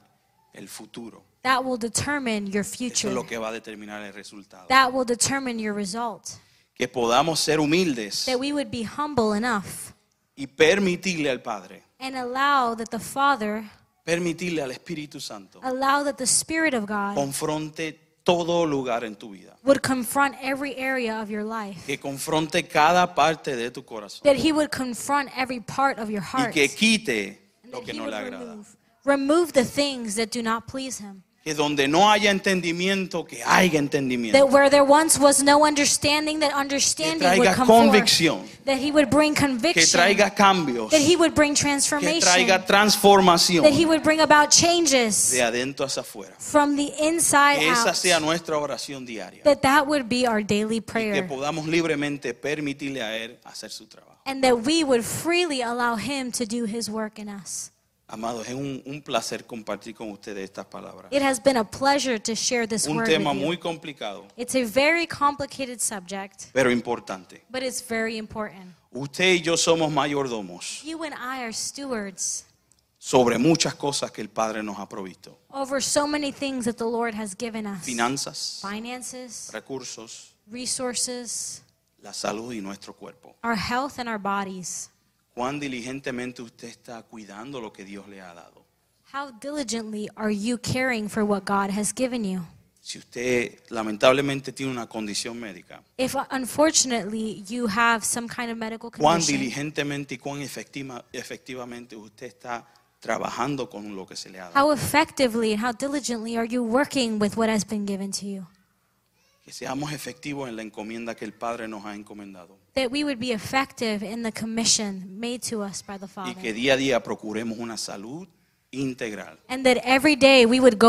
S1: el futuro.
S2: That will determine your
S1: Eso
S2: future.
S1: es lo que va a determinar el resultado.
S2: That will determine your result.
S1: Que podamos ser humildes.
S2: That we would be humble enough
S1: y permitirle al Padre,
S2: and allow that the Father,
S1: permitirle al Espíritu Santo,
S2: allow that the Spirit of God
S1: confronte todo lugar en tu vida,
S2: would confront every area of your life.
S1: que confronte cada parte de tu corazón
S2: That He would confront every part of your
S1: y
S2: heart.
S1: que quite
S2: and
S1: lo
S2: that
S1: que
S2: he
S1: no
S2: would
S1: le agrada.
S2: remove, remove the things that do not please Him.
S1: Que donde no haya entendimiento, que haya entendimiento.
S2: That where there once was no understanding, that
S1: Que
S2: understanding would
S1: traiga
S2: come forth.
S1: convicción,
S2: That He would bring
S1: que
S2: conviction.
S1: traiga cambios,
S2: That He would bring
S1: que
S2: transformation.
S1: traiga transformación
S2: that he would bring about changes
S1: de adentro hacia afuera.
S2: from the inside
S1: Que esa sea
S2: out
S1: nuestra oración diaria.
S2: that that would be our daily
S1: Y que
S2: prayer
S1: podamos libremente permitirle a Él hacer su trabajo.
S2: and that we would freely allow him to do his work in us
S1: Amados, es un, un placer compartir con ustedes estas palabras.
S2: it has been a pleasure to share this
S1: un
S2: word
S1: tema
S2: with you.
S1: muy complicado,
S2: it's a very complicated subject
S1: pero importante.
S2: but it's very important
S1: Usted y yo somos mayordomos
S2: you and i are stewards
S1: sobre muchas cosas que el Padre nos ha provisto.
S2: over so many things that the lord has given us
S1: Finanzas,
S2: finances
S1: recursos,
S2: resources
S1: la salud y nuestro cuerpo.
S2: our health and our bodies
S1: Cuán diligentemente usted está cuidando lo que Dios le ha dado.
S2: how diligently are you caring for what god has given you
S1: Si usted lamentablemente tiene una condición médica,
S2: If uh, unfortunately you have some kind of medical
S1: cuán
S2: condition,
S1: diligentemente y cuán efectiva- efectivamente usted está trabajando con lo que se le ha dado.
S2: how effectively and how diligently are you working with what has been given to you?
S1: Que seamos efectivos en la encomienda que el Padre nos ha encomendado.
S2: That we would be effective in the commission made to us by the
S1: y que
S2: Father.
S1: día a día procuremos una salud integral.
S2: And that every day we would go.